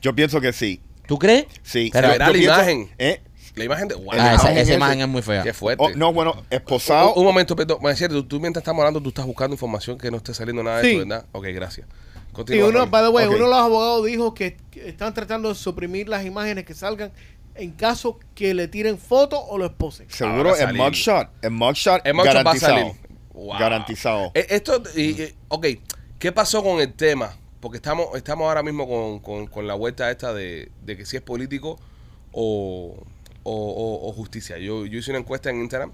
Speaker 4: Yo pienso que sí.
Speaker 3: ¿Tú crees?
Speaker 4: Sí.
Speaker 3: Pero-
Speaker 4: Yo-
Speaker 1: Verá
Speaker 4: yo
Speaker 1: la
Speaker 4: pienso-
Speaker 1: imagen.
Speaker 4: ¿eh?
Speaker 1: La imagen de. ¡Wow!
Speaker 3: Ah,
Speaker 4: Ah,
Speaker 3: esa,
Speaker 4: es
Speaker 3: esa
Speaker 4: ese.
Speaker 3: imagen es muy fea.
Speaker 1: ¡Qué fuerte!
Speaker 4: Oh, no, bueno, esposado.
Speaker 1: Un- un momento, perdón. Machete, tú, tú mientras estamos hablando, tú estás buscando información que no esté saliendo nada de
Speaker 5: Sí.
Speaker 1: esto, ¿verdad? Ok, gracias.
Speaker 5: Y
Speaker 1: Continúa.
Speaker 5: uno,
Speaker 1: Ron.
Speaker 5: by the way,
Speaker 4: Ok.
Speaker 5: uno de los abogados dijo que que están tratando de suprimir las imágenes que salgan en caso que le tiren fotos o lo esposen.
Speaker 1: Ahora
Speaker 4: Seguro el
Speaker 1: salir.
Speaker 4: mugshot. El mugshot
Speaker 1: El mugshot va a
Speaker 4: garantizado.
Speaker 1: salir. Wow.
Speaker 4: Garantizado.
Speaker 1: Eh, Esto, y, eh, ok, ¿qué pasó con el tema? Porque estamos, estamos ahora mismo con, con- con la vuelta esta de, de que si es político o, o- o- o justicia. Yo, yo hice una encuesta en Instagram.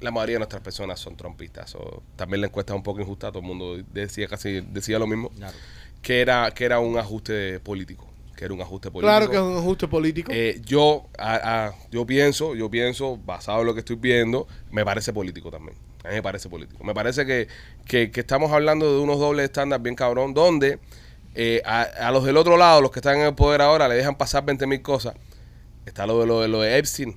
Speaker 1: La mayoría de nuestras personas son trompistas. o- también la encuesta es un poco injusta. Todo el mundo decía casi decía lo mismo. Que, era, que era un ajuste político. Que era un ajuste político.
Speaker 5: Claro que es un ajuste político.
Speaker 1: Eh, yo, a- a- yo pienso, yo pienso, basado en lo que estoy viendo, me parece político también. A mí me parece político. Me parece que, que- que estamos hablando de unos dobles estándares bien cabrón, donde eh, a, a los del otro lado, los que están en el poder ahora, le dejan pasar 20 mil cosas. Está lo de, lo de lo de Epstein.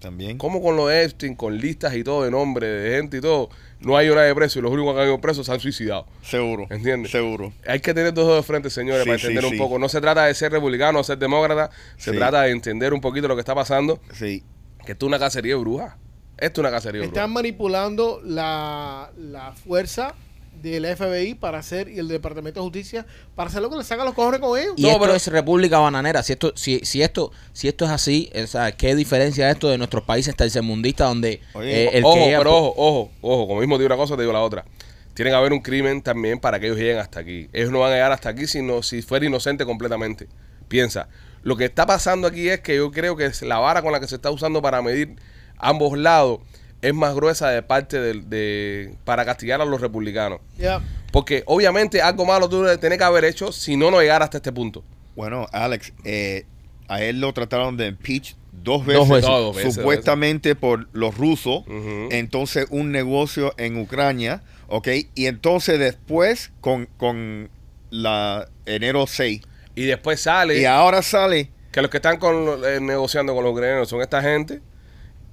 Speaker 4: También.
Speaker 1: ¿Cómo con lo de Epstein, con listas y todo, de nombre, de gente y todo? No hay una de preso y los únicos que han ido presos se han suicidado.
Speaker 4: Seguro.
Speaker 1: ¿Entiendes?
Speaker 4: Seguro.
Speaker 1: Hay que tener dos dedos de frente, señores,
Speaker 4: Sí,
Speaker 1: para
Speaker 4: sí,
Speaker 1: entender un
Speaker 4: sí.
Speaker 1: poco. No se trata de ser republicano o ser demócrata, se
Speaker 4: Sí.
Speaker 1: trata de entender un poquito lo que está pasando.
Speaker 4: Sí.
Speaker 1: Que esto es una cacería de brujas. Esto es una cacería de brujas.
Speaker 5: Están manipulando la, la fuerza del FBI para hacer y el Departamento de Justicia para hacer lo que le sacan los cojones con ellos.
Speaker 3: Y
Speaker 1: No,
Speaker 3: esto
Speaker 1: pero-
Speaker 3: es República Bananera. Si esto, si, si esto, si esto es así, o sea, ¿qué diferencia esto de nuestros países tercermundistas donde
Speaker 4: Oye,
Speaker 3: eh, el
Speaker 1: ojo,
Speaker 3: que llega-
Speaker 1: pero ojo, ojo, ojo. Como mismo digo una cosa, te digo la otra. Tiene que haber un crimen también para que ellos lleguen hasta aquí. Ellos no van a llegar hasta aquí si, no- si fuera inocente completamente. Piensa, lo que está pasando aquí es que yo creo que es la vara con la que se está usando para medir ambos lados es más gruesa de parte del- de, para castigar a los republicanos.
Speaker 5: Ya.
Speaker 1: Porque obviamente algo malo tú tenés que haber hecho si no, no llegar hasta este punto.
Speaker 4: Bueno, Alex, eh, a él lo trataron de impeach dos veces,
Speaker 3: veces.
Speaker 1: No, dos veces,
Speaker 4: supuestamente por los rusos,
Speaker 1: Ujú.
Speaker 4: entonces un negocio en Ucrania, ¿ok? Y entonces después con, con la enero 6.
Speaker 1: Y después sale
Speaker 4: Y ahora sale,
Speaker 1: que los que están con, lo- eh, negociando con los ucranianos son esta gente.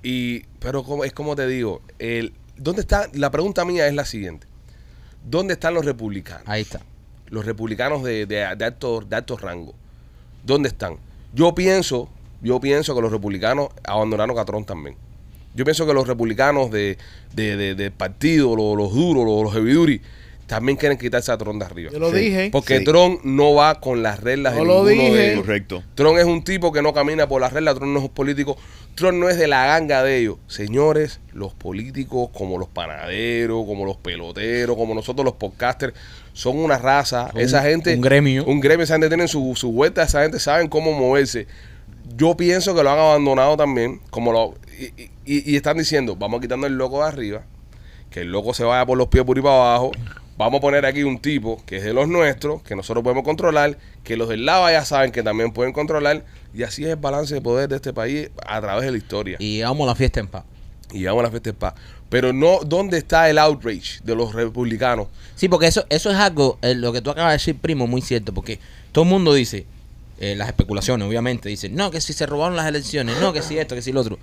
Speaker 1: Y, pero como, es como te digo, el, ¿dónde está? La pregunta mía es la siguiente. ¿Dónde están los republicanos?
Speaker 3: Ahí está.
Speaker 1: los republicanos de, de- de alto, de alto rango, ¿dónde están? Yo pienso, yo pienso que los republicanos abandonaron a Trump también. Yo pienso que los republicanos de, de- de- del partido, los, los duros, los, los heavy duty, también quieren quitarse a Trump de arriba.
Speaker 5: Yo lo
Speaker 4: Sí.
Speaker 5: dije.
Speaker 1: Porque
Speaker 4: Sí.
Speaker 1: Trump no va con las reglas
Speaker 5: Yo
Speaker 1: de
Speaker 5: lo
Speaker 1: ninguno
Speaker 5: dije.
Speaker 1: de ellos.
Speaker 4: correcto.
Speaker 1: Trump es un tipo que no camina por las reglas, Trump no es un político, Trump no es de la ganga de ellos. Señores, los políticos como los panaderos, como los peloteros, como nosotros los podcasters, son una raza.
Speaker 3: Son
Speaker 1: esa
Speaker 3: un-
Speaker 1: gente...
Speaker 3: un gremio.
Speaker 1: Un gremio, esa gente tiene su, su vuelta, esa gente saben cómo moverse. Yo pienso que lo han abandonado también, como lo... Y, y- y están diciendo, vamos quitando el loco de arriba, que el loco se vaya por los pies por ahí para abajo. Vamos a poner aquí un tipo que es de los nuestros, que nosotros podemos controlar, que los del lava ya saben que también pueden controlar. Y así es el balance de poder de este país a través de la historia. Y,
Speaker 3: Y vamos a la fiesta en paz.
Speaker 1: vamos a la fiesta en paz. Pero no, ¿dónde está el outrage de los republicanos?
Speaker 3: Sí, porque eso, eso es algo, eh, lo que tú acabas de decir, primo, muy cierto, porque todo el mundo dice, eh, las especulaciones, obviamente, dicen, no, que si se robaron las elecciones, no, que si esto, que si lo otro.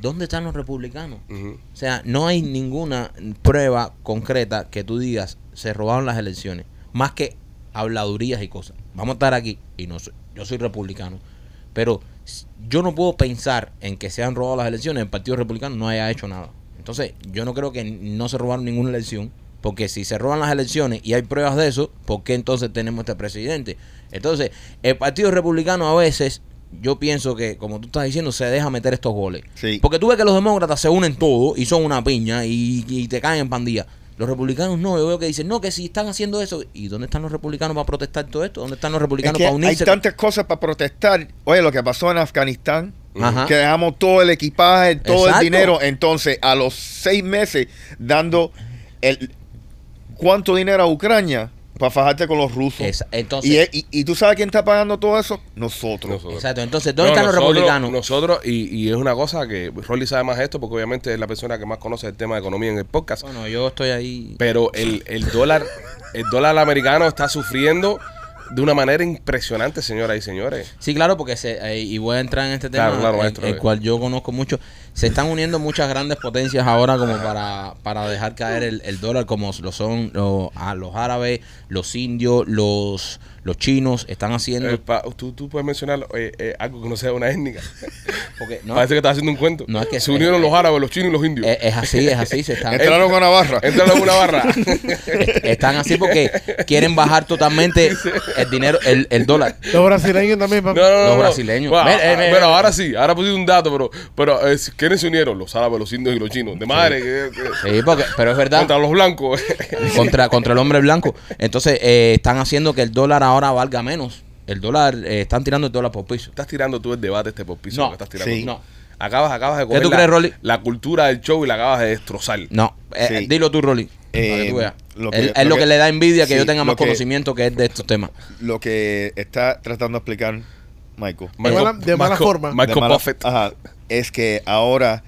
Speaker 3: ¿Dónde están los republicanos?
Speaker 1: Ujú.
Speaker 3: O sea, no hay ninguna prueba concreta que tú digas se robaron las elecciones, más que habladurías y cosas. Vamos a estar aquí y no soy- yo soy republicano, pero s- yo no puedo pensar en que se han robado las elecciones, el Partido Republicano no haya hecho nada. Entonces, yo no creo que n- no se robaron ninguna elección, porque si se roban las elecciones y hay pruebas de eso, ¿por qué entonces tenemos este presidente? Entonces, el Partido Republicano a veces, yo pienso que, como tú estás diciendo, se deja meter estos goles.
Speaker 4: Sí.
Speaker 3: Porque tú ves que los demócratas se unen todos y son una piña y, y te caen en pandilla. Los republicanos no, yo veo que dicen, no, que si están haciendo eso, ¿y dónde están los republicanos para protestar todo esto? ¿Dónde están los
Speaker 4: Es
Speaker 3: republicanos
Speaker 4: que
Speaker 3: para unirse?
Speaker 4: hay tantas cosas para protestar. Oye, lo que pasó en Afganistán,
Speaker 3: Ajá.
Speaker 4: que dejamos todo el equipaje, todo
Speaker 3: Exacto.
Speaker 4: el dinero. Entonces, a los seis meses, dando el cuánto dinero a Ucrania para fajarte con los rusos.
Speaker 3: Esa- entonces,
Speaker 4: Y, y- y tú sabes quién está pagando todo eso? Nosotros.
Speaker 1: Nosotros.
Speaker 3: exacto, entonces, ¿dónde
Speaker 1: No,
Speaker 3: están los
Speaker 1: nosotros-
Speaker 3: republicanos?
Speaker 1: Nosotros, y, y es una cosa que Rolly sabe más esto, porque obviamente es la persona que más conoce el tema de economía en el podcast.
Speaker 3: Bueno, yo estoy ahí.
Speaker 1: Pero el, el dólar, el dólar americano está sufriendo de una manera impresionante, señoras y señores.
Speaker 3: Sí, claro, porque se, eh, y voy a entrar en este tema,
Speaker 1: Claro, claro,
Speaker 3: el-
Speaker 1: maestro,
Speaker 3: el,
Speaker 1: eh.
Speaker 3: cual yo conozco mucho. Se están uniendo muchas grandes potencias ahora como para, para dejar caer el, el dólar, como lo son los, a los árabes, los indios, los, los chinos, están haciendo...
Speaker 1: Eh, pa- tú, tú puedes mencionar eh, eh, algo que no sea una étnica.
Speaker 3: porque, no,
Speaker 1: Parece que estás haciendo un cuento.
Speaker 3: No, es que- Eh.
Speaker 1: se unieron los árabes, los chinos y los indios.
Speaker 3: es, es así, es así, se están...
Speaker 4: Entraron con Navarra.
Speaker 1: Entraron en una barra.
Speaker 3: Están así porque quieren bajar totalmente el dinero, el, el dólar.
Speaker 5: Los brasileños también,
Speaker 1: No,
Speaker 5: papá.
Speaker 1: no, no,
Speaker 3: Los
Speaker 1: no.
Speaker 3: brasileños.
Speaker 1: Bueno,
Speaker 3: Ven,
Speaker 1: ah,
Speaker 3: eh, ven,
Speaker 1: bueno,
Speaker 3: ven.
Speaker 1: ahora sí, ahora pusiste un dato, pero, pero eh, ¿quiénes se unieron? Los árabes, los indios y los chinos. De madre, que- que-
Speaker 3: Sí, porque, pero es verdad.
Speaker 1: contra los blancos.
Speaker 3: contra, contra el hombre blanco. Entonces, eh, están haciendo que el dólar ahora valga menos. El dólar, eh, están tirando el dólar por piso.
Speaker 1: estás tirando tú el debate este por piso.
Speaker 3: No,
Speaker 1: que estás tirando
Speaker 4: sí.
Speaker 1: tú.
Speaker 3: No.
Speaker 1: Acabas, acabas de
Speaker 3: tú
Speaker 1: la,
Speaker 3: crees, Rolly?
Speaker 1: la cultura del show y la acabas de destrozar.
Speaker 3: No, eh,
Speaker 4: Sí.
Speaker 3: dilo tú, Rolly. para
Speaker 4: Eh,
Speaker 3: que tú veas.
Speaker 4: lo que-
Speaker 3: es, es
Speaker 4: lo
Speaker 3: lo que,
Speaker 4: que-
Speaker 3: le da envidia que
Speaker 4: sí,
Speaker 3: yo tenga más
Speaker 4: lo que-
Speaker 3: conocimiento que es de estos temas.
Speaker 4: Lo que está tratando de explicar Michael.
Speaker 1: Michael-
Speaker 5: mala- de mala
Speaker 1: Michael-
Speaker 5: forma. De
Speaker 1: Michael
Speaker 4: de mala-
Speaker 1: Buffett.
Speaker 4: Ajá. es que ahora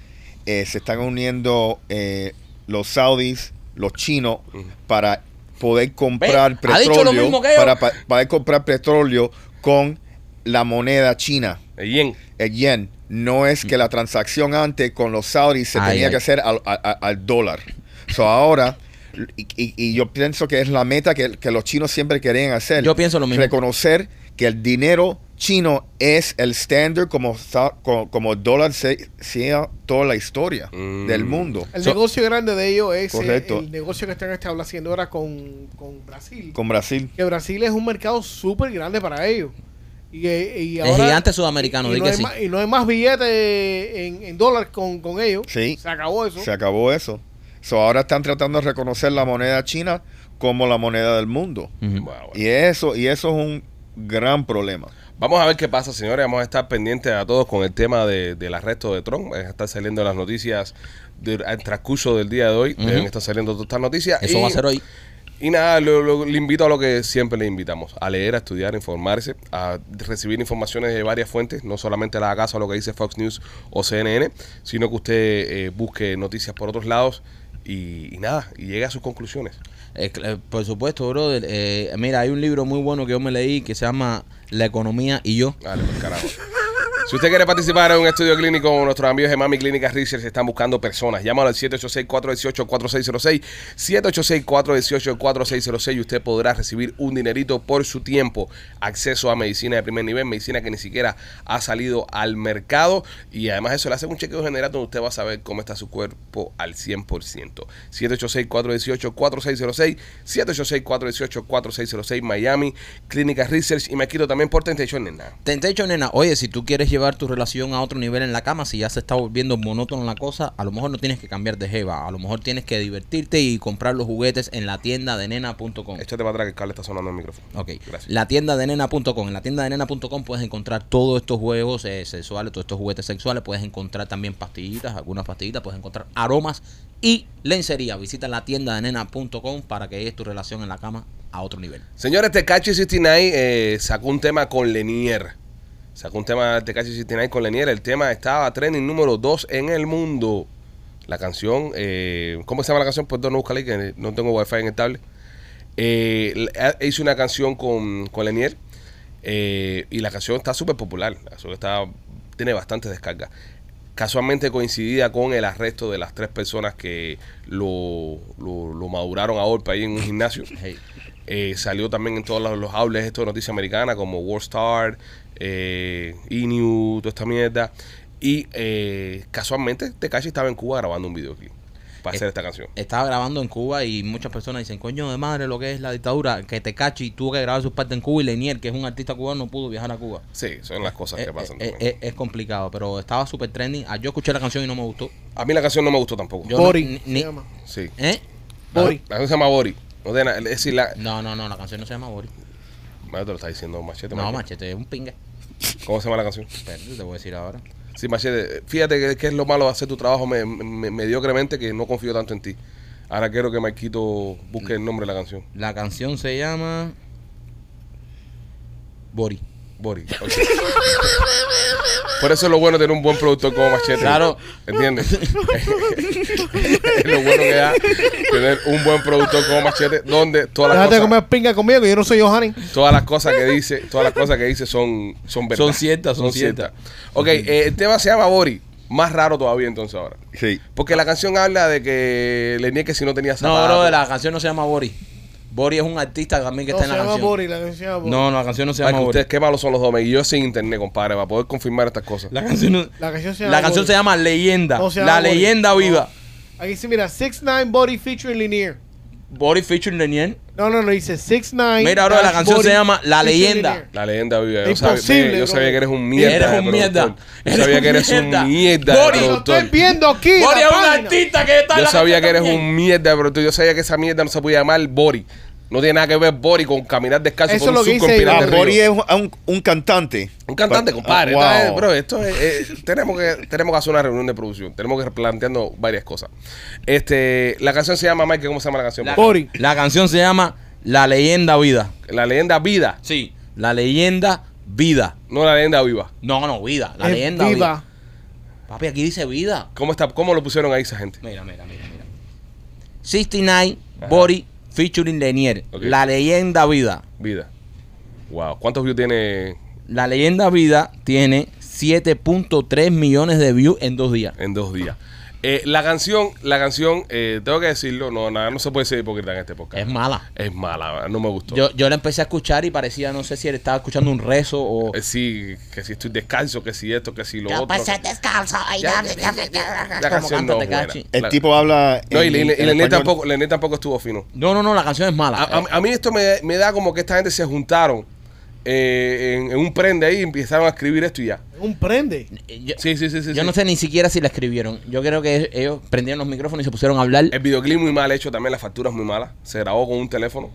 Speaker 4: eh, se están uniendo eh, los saudis, los chinos, para poder comprar
Speaker 3: Ve, ha dicho lo
Speaker 4: petróleo,
Speaker 3: mismo que yo.
Speaker 4: para pa- poder comprar petróleo con la moneda china,
Speaker 1: El yen.
Speaker 4: el yen. No es
Speaker 3: Mm.
Speaker 4: que la transacción antes con los saudis se
Speaker 3: Ay,
Speaker 4: tenía
Speaker 3: ay.
Speaker 4: que hacer al, a- a- al dólar. So ahora, y, y- y yo pienso que es la meta que, que los chinos siempre querían hacer.
Speaker 3: Yo pienso lo mismo.
Speaker 4: Reconocer que el dinero chino es el estándar como, sa- co- como el dólar se sea toda la historia
Speaker 1: Mm.
Speaker 4: del mundo.
Speaker 5: El
Speaker 1: So-
Speaker 5: negocio grande de ellos es eh,
Speaker 4: Correcto.
Speaker 5: el negocio que están estableciendo ahora con, con Brasil.
Speaker 4: Con Brasil.
Speaker 5: que Brasil es un mercado súper grande para ellos. Y, eh, y
Speaker 3: El
Speaker 5: ahora,
Speaker 3: gigante sudamericano,
Speaker 5: y
Speaker 3: di
Speaker 5: no,
Speaker 3: que
Speaker 5: hay
Speaker 3: sí.
Speaker 5: más, y no hay más billetes en, en dólares con, con ellos.
Speaker 4: Sí.
Speaker 5: Se acabó eso.
Speaker 4: Se acabó eso. So, ahora están tratando de reconocer la moneda china como la moneda del mundo.
Speaker 3: Ujú.
Speaker 1: Bueno, bueno.
Speaker 4: Y eso, y eso es un gran problema.
Speaker 1: Vamos a ver qué pasa, señores. Vamos a estar pendientes a todos con el tema de- del arresto de Trump. Van a estar saliendo las noticias del al transcurso del día de hoy. Deben estar saliendo todas estas noticias.
Speaker 3: Eso
Speaker 1: Y-
Speaker 3: va a ser hoy.
Speaker 1: Y nada, lo- lo- le invito a lo que siempre le invitamos, a leer, a estudiar, a informarse, a recibir informaciones de varias fuentes, no solamente la casa, lo que dice Fox News o CNN, sino que usted eh, busque noticias por otros lados y, y nada, y llegue a sus conclusiones.
Speaker 3: Eh, cl- eh, por supuesto, brother. Eh, mira, hay un libro muy bueno que yo me leí que se llama La economía y yo.
Speaker 1: Dale, por carajo. Si usted quiere participar en un estudio clínico, nuestros amigos de Mami Clínica Research están buscando personas. Llámalo al 786-418-4606. 786-418-4606 y usted podrá recibir un dinerito por su tiempo. Acceso a medicina de primer nivel, medicina que ni siquiera ha salido al mercado. Y además eso le hace un chequeo general donde usted va a saber cómo está su cuerpo al 100%. 786-418-4606. 786-418-4606 Miami Clínica Research. Y me quito también por Tentation, nena.
Speaker 3: Tentecho, nena, oye, si tú quieres llevar tu relación a otro nivel en la cama, si ya se está volviendo monótona la cosa, a lo mejor no tienes que cambiar de jeva, a lo mejor tienes que divertirte y comprar los juguetes en la tienda de nena.com.
Speaker 1: Échate para atrás que el cable está sonando en el micrófono.
Speaker 3: Ok,
Speaker 1: Gracias.
Speaker 3: la tienda de nena.com. En la tienda de nena.com puedes encontrar todos estos juegos eh, sexuales, todos estos juguetes sexuales. Puedes encontrar también pastillitas, algunas pastillitas. Puedes encontrar aromas y lencería. Visita la tienda de nena.com para que lleves tu relación en la cama a otro nivel.
Speaker 1: Señores, Tecachi 69 eh, sacó un tema con Lenier. Sacó un tema de Tecachi 69 con Lenier. El tema estaba trending número 2 en el mundo. La canción, eh, ¿cómo se llama la canción? Perdón, no busca ahí, que no tengo wifi en el tablet. Eh, la- hizo una canción con, con Lenier eh, y la canción está súper popular. La canción está, tiene bastantes descargas. Casualmente coincidida con el arresto de las tres personas que lo, lo, lo maduraron a golpe ahí en un gimnasio.
Speaker 3: Hey.
Speaker 1: Eh, salió también en todos los, los outlets esto de noticias americanas como Warstar, eh, E-News, toda esta mierda. Y eh, casualmente Tekashi estaba en Cuba grabando un videoclip para
Speaker 3: Eh,
Speaker 1: hacer esta canción.
Speaker 3: Estaba grabando en Cuba y muchas personas dicen, coño de madre, lo que es la dictadura, que te cachi y tuvo que grabar sus partes en Cuba y Lenier, que es un artista cubano, no pudo viajar a Cuba.
Speaker 1: Sí, son las cosas
Speaker 3: Eh,
Speaker 1: que pasan.
Speaker 3: eh,
Speaker 1: también.
Speaker 3: eh, es complicado, pero estaba súper trending. Ah, Yo escuché la canción y no me gustó.
Speaker 1: A mí la canción no me gustó tampoco.
Speaker 3: Yo no-
Speaker 5: Boring.
Speaker 3: ni-
Speaker 5: se llama.
Speaker 1: sí.
Speaker 3: ¿Eh?
Speaker 5: Bori.
Speaker 1: La canción se llama Bori. No tiene nada- es decir, la.
Speaker 3: No, no, no, la canción no se llama Boris.
Speaker 1: Mayo te lo está diciendo Machete.
Speaker 3: Mm. No,
Speaker 1: Mayo.
Speaker 3: machete, es un pinga.
Speaker 1: ¿Cómo se llama la canción?
Speaker 3: Espérate, te voy a decir ahora.
Speaker 1: Sí, Machete. Fíjate que, que es lo malo de hacer tu trabajo me, me- mediocremente que no confío tanto en ti. Ahora quiero que Marquito busque el nombre de la canción.
Speaker 3: La canción se llama. Bori.
Speaker 1: Bori. ok. Por eso es lo bueno de tener un buen productor como Machete.
Speaker 3: Claro.
Speaker 1: ¿Entiendes? es lo bueno que da tener un buen productor como Machete donde todas las,
Speaker 5: Déjate de
Speaker 1: cosas,
Speaker 5: comer pinga conmigo, que yo no soy Johanny.
Speaker 1: todas las cosas que dice, todas las cosas que dice son son verdad.
Speaker 3: Son ciertas, son
Speaker 1: Ok, eh, el tema se llama Bori. Más raro todavía entonces ahora.
Speaker 4: Sí.
Speaker 1: Porque la canción habla de que le niegue si no tenía
Speaker 3: No,
Speaker 1: zapatos.
Speaker 3: bro, la canción no se llama Bori. Bori es un artista también que
Speaker 5: No,
Speaker 3: está
Speaker 5: se
Speaker 3: en la
Speaker 5: llama
Speaker 3: canción.
Speaker 5: Bori, la canción se llama Bori.
Speaker 3: No, no, la canción no se
Speaker 1: Ay, que
Speaker 3: llama Bori.
Speaker 1: ustedes qué malos son los dos. Y yo sin internet, compadre, para poder confirmar estas cosas.
Speaker 3: La canción, no-
Speaker 5: La canción se
Speaker 3: la
Speaker 5: llama
Speaker 3: canción
Speaker 5: Bori.
Speaker 3: se llama Leyenda.
Speaker 5: No se
Speaker 3: la
Speaker 5: llama Bori.
Speaker 3: leyenda
Speaker 5: No.
Speaker 3: viva.
Speaker 5: Aquí dice, mira, 6ix9ine Body featuring Linier.
Speaker 3: Bori featuring Lenier.
Speaker 5: No, no, no, dice 6ix9ine.
Speaker 3: Mira, bro, la
Speaker 5: dash
Speaker 3: canción se
Speaker 5: Bori
Speaker 3: llama La
Speaker 5: featuring
Speaker 3: Leyenda.
Speaker 5: Linier.
Speaker 1: La leyenda viva. Yo,
Speaker 5: Es
Speaker 1: sabía,
Speaker 5: imposible,
Speaker 1: yo
Speaker 5: bro.
Speaker 1: sabía que eres un mierda.
Speaker 3: Eres
Speaker 1: de
Speaker 3: un mierda.
Speaker 1: productor.
Speaker 3: Eres
Speaker 1: Yo sabía
Speaker 3: un
Speaker 1: que eres
Speaker 3: mierda.
Speaker 1: un mierda.
Speaker 3: Bori,
Speaker 1: de
Speaker 5: Lo estoy
Speaker 1: productor.
Speaker 5: viendo aquí.
Speaker 3: Bori
Speaker 5: la
Speaker 3: es un
Speaker 5: página.
Speaker 3: artista que está en
Speaker 1: Yo
Speaker 3: la
Speaker 1: sabía
Speaker 3: canción
Speaker 1: que eres
Speaker 3: también.
Speaker 1: un mierda de productor. Yo sabía que esa mierda no se puede llamar Bori. No tiene nada que ver Bori con caminar descalzo
Speaker 5: Eso
Speaker 1: por un
Speaker 5: es lo que dice
Speaker 1: subcampinante
Speaker 5: Iván.
Speaker 4: Ah,
Speaker 1: río.
Speaker 4: Bori es un, un- un cantante.
Speaker 1: Un cantante,
Speaker 4: Pa-
Speaker 1: compadre.
Speaker 4: ah,
Speaker 1: ¿sabes?
Speaker 4: wow.
Speaker 1: Bro, esto es, eh, tenemos que tenemos que hacer una reunión de producción. Tenemos que ir planteando varias cosas. Este, la canción se llama Mike, ¿cómo se llama la canción?
Speaker 3: La,
Speaker 1: La,
Speaker 5: Bori.
Speaker 3: la canción se llama La leyenda vida.
Speaker 1: leyenda vida,
Speaker 3: Sí. La leyenda vida.
Speaker 1: no la leyenda viva.
Speaker 3: No, no, vida. La
Speaker 5: Es
Speaker 3: leyenda
Speaker 5: viva.
Speaker 3: vida. Papi, aquí dice vida.
Speaker 1: ¿Cómo está cómo lo pusieron ahí esa gente?
Speaker 3: Mira, mira, mira, mira. 69 Body featuring Lenier.
Speaker 1: Ok.
Speaker 3: La leyenda vida.
Speaker 1: Vida. Wow, ¿cuántos views tiene
Speaker 3: La leyenda vida tiene 7.3 millones de views en dos días.
Speaker 1: en dos días? Eh, la canción, la canción, eh, tengo que decirlo, no, nada, no se puede ser hipócrita en este podcast.
Speaker 3: Es mala.
Speaker 1: Es mala, no me gustó.
Speaker 3: Yo, yo la empecé a escuchar y parecía, no sé si él estaba escuchando un rezo o.
Speaker 1: Eh, sí, que si estoy descalzo, que si esto, que si lo
Speaker 7: Yo
Speaker 1: otro.
Speaker 7: pasé descalzo. Ay,
Speaker 1: Ya,
Speaker 7: dame, dame, dame.
Speaker 1: La canción no es buena.
Speaker 3: Cachi.
Speaker 4: El
Speaker 1: La-
Speaker 4: tipo habla.
Speaker 1: No, y,
Speaker 4: en-
Speaker 1: Le- y Le-
Speaker 4: en
Speaker 1: y Leonel
Speaker 4: español.
Speaker 1: tampoco, Leonel tampoco estuvo fino. Ah,
Speaker 3: No, no, no, la canción es mala.
Speaker 1: A, a- a mí esto me, me da como que esta gente se juntaron eh, en, en un prende ahí empezaron a escribir esto y ya.
Speaker 5: Un prende.
Speaker 3: Eh, Yo,
Speaker 1: Sí, sí, sí, sí.
Speaker 3: yo
Speaker 1: sí.
Speaker 3: no sé ni siquiera si la escribieron. Yo creo que ellos prendieron los micrófonos y se pusieron a hablar.
Speaker 1: El videoclip muy mal hecho también, las facturas muy malas. Se grabó con un teléfono.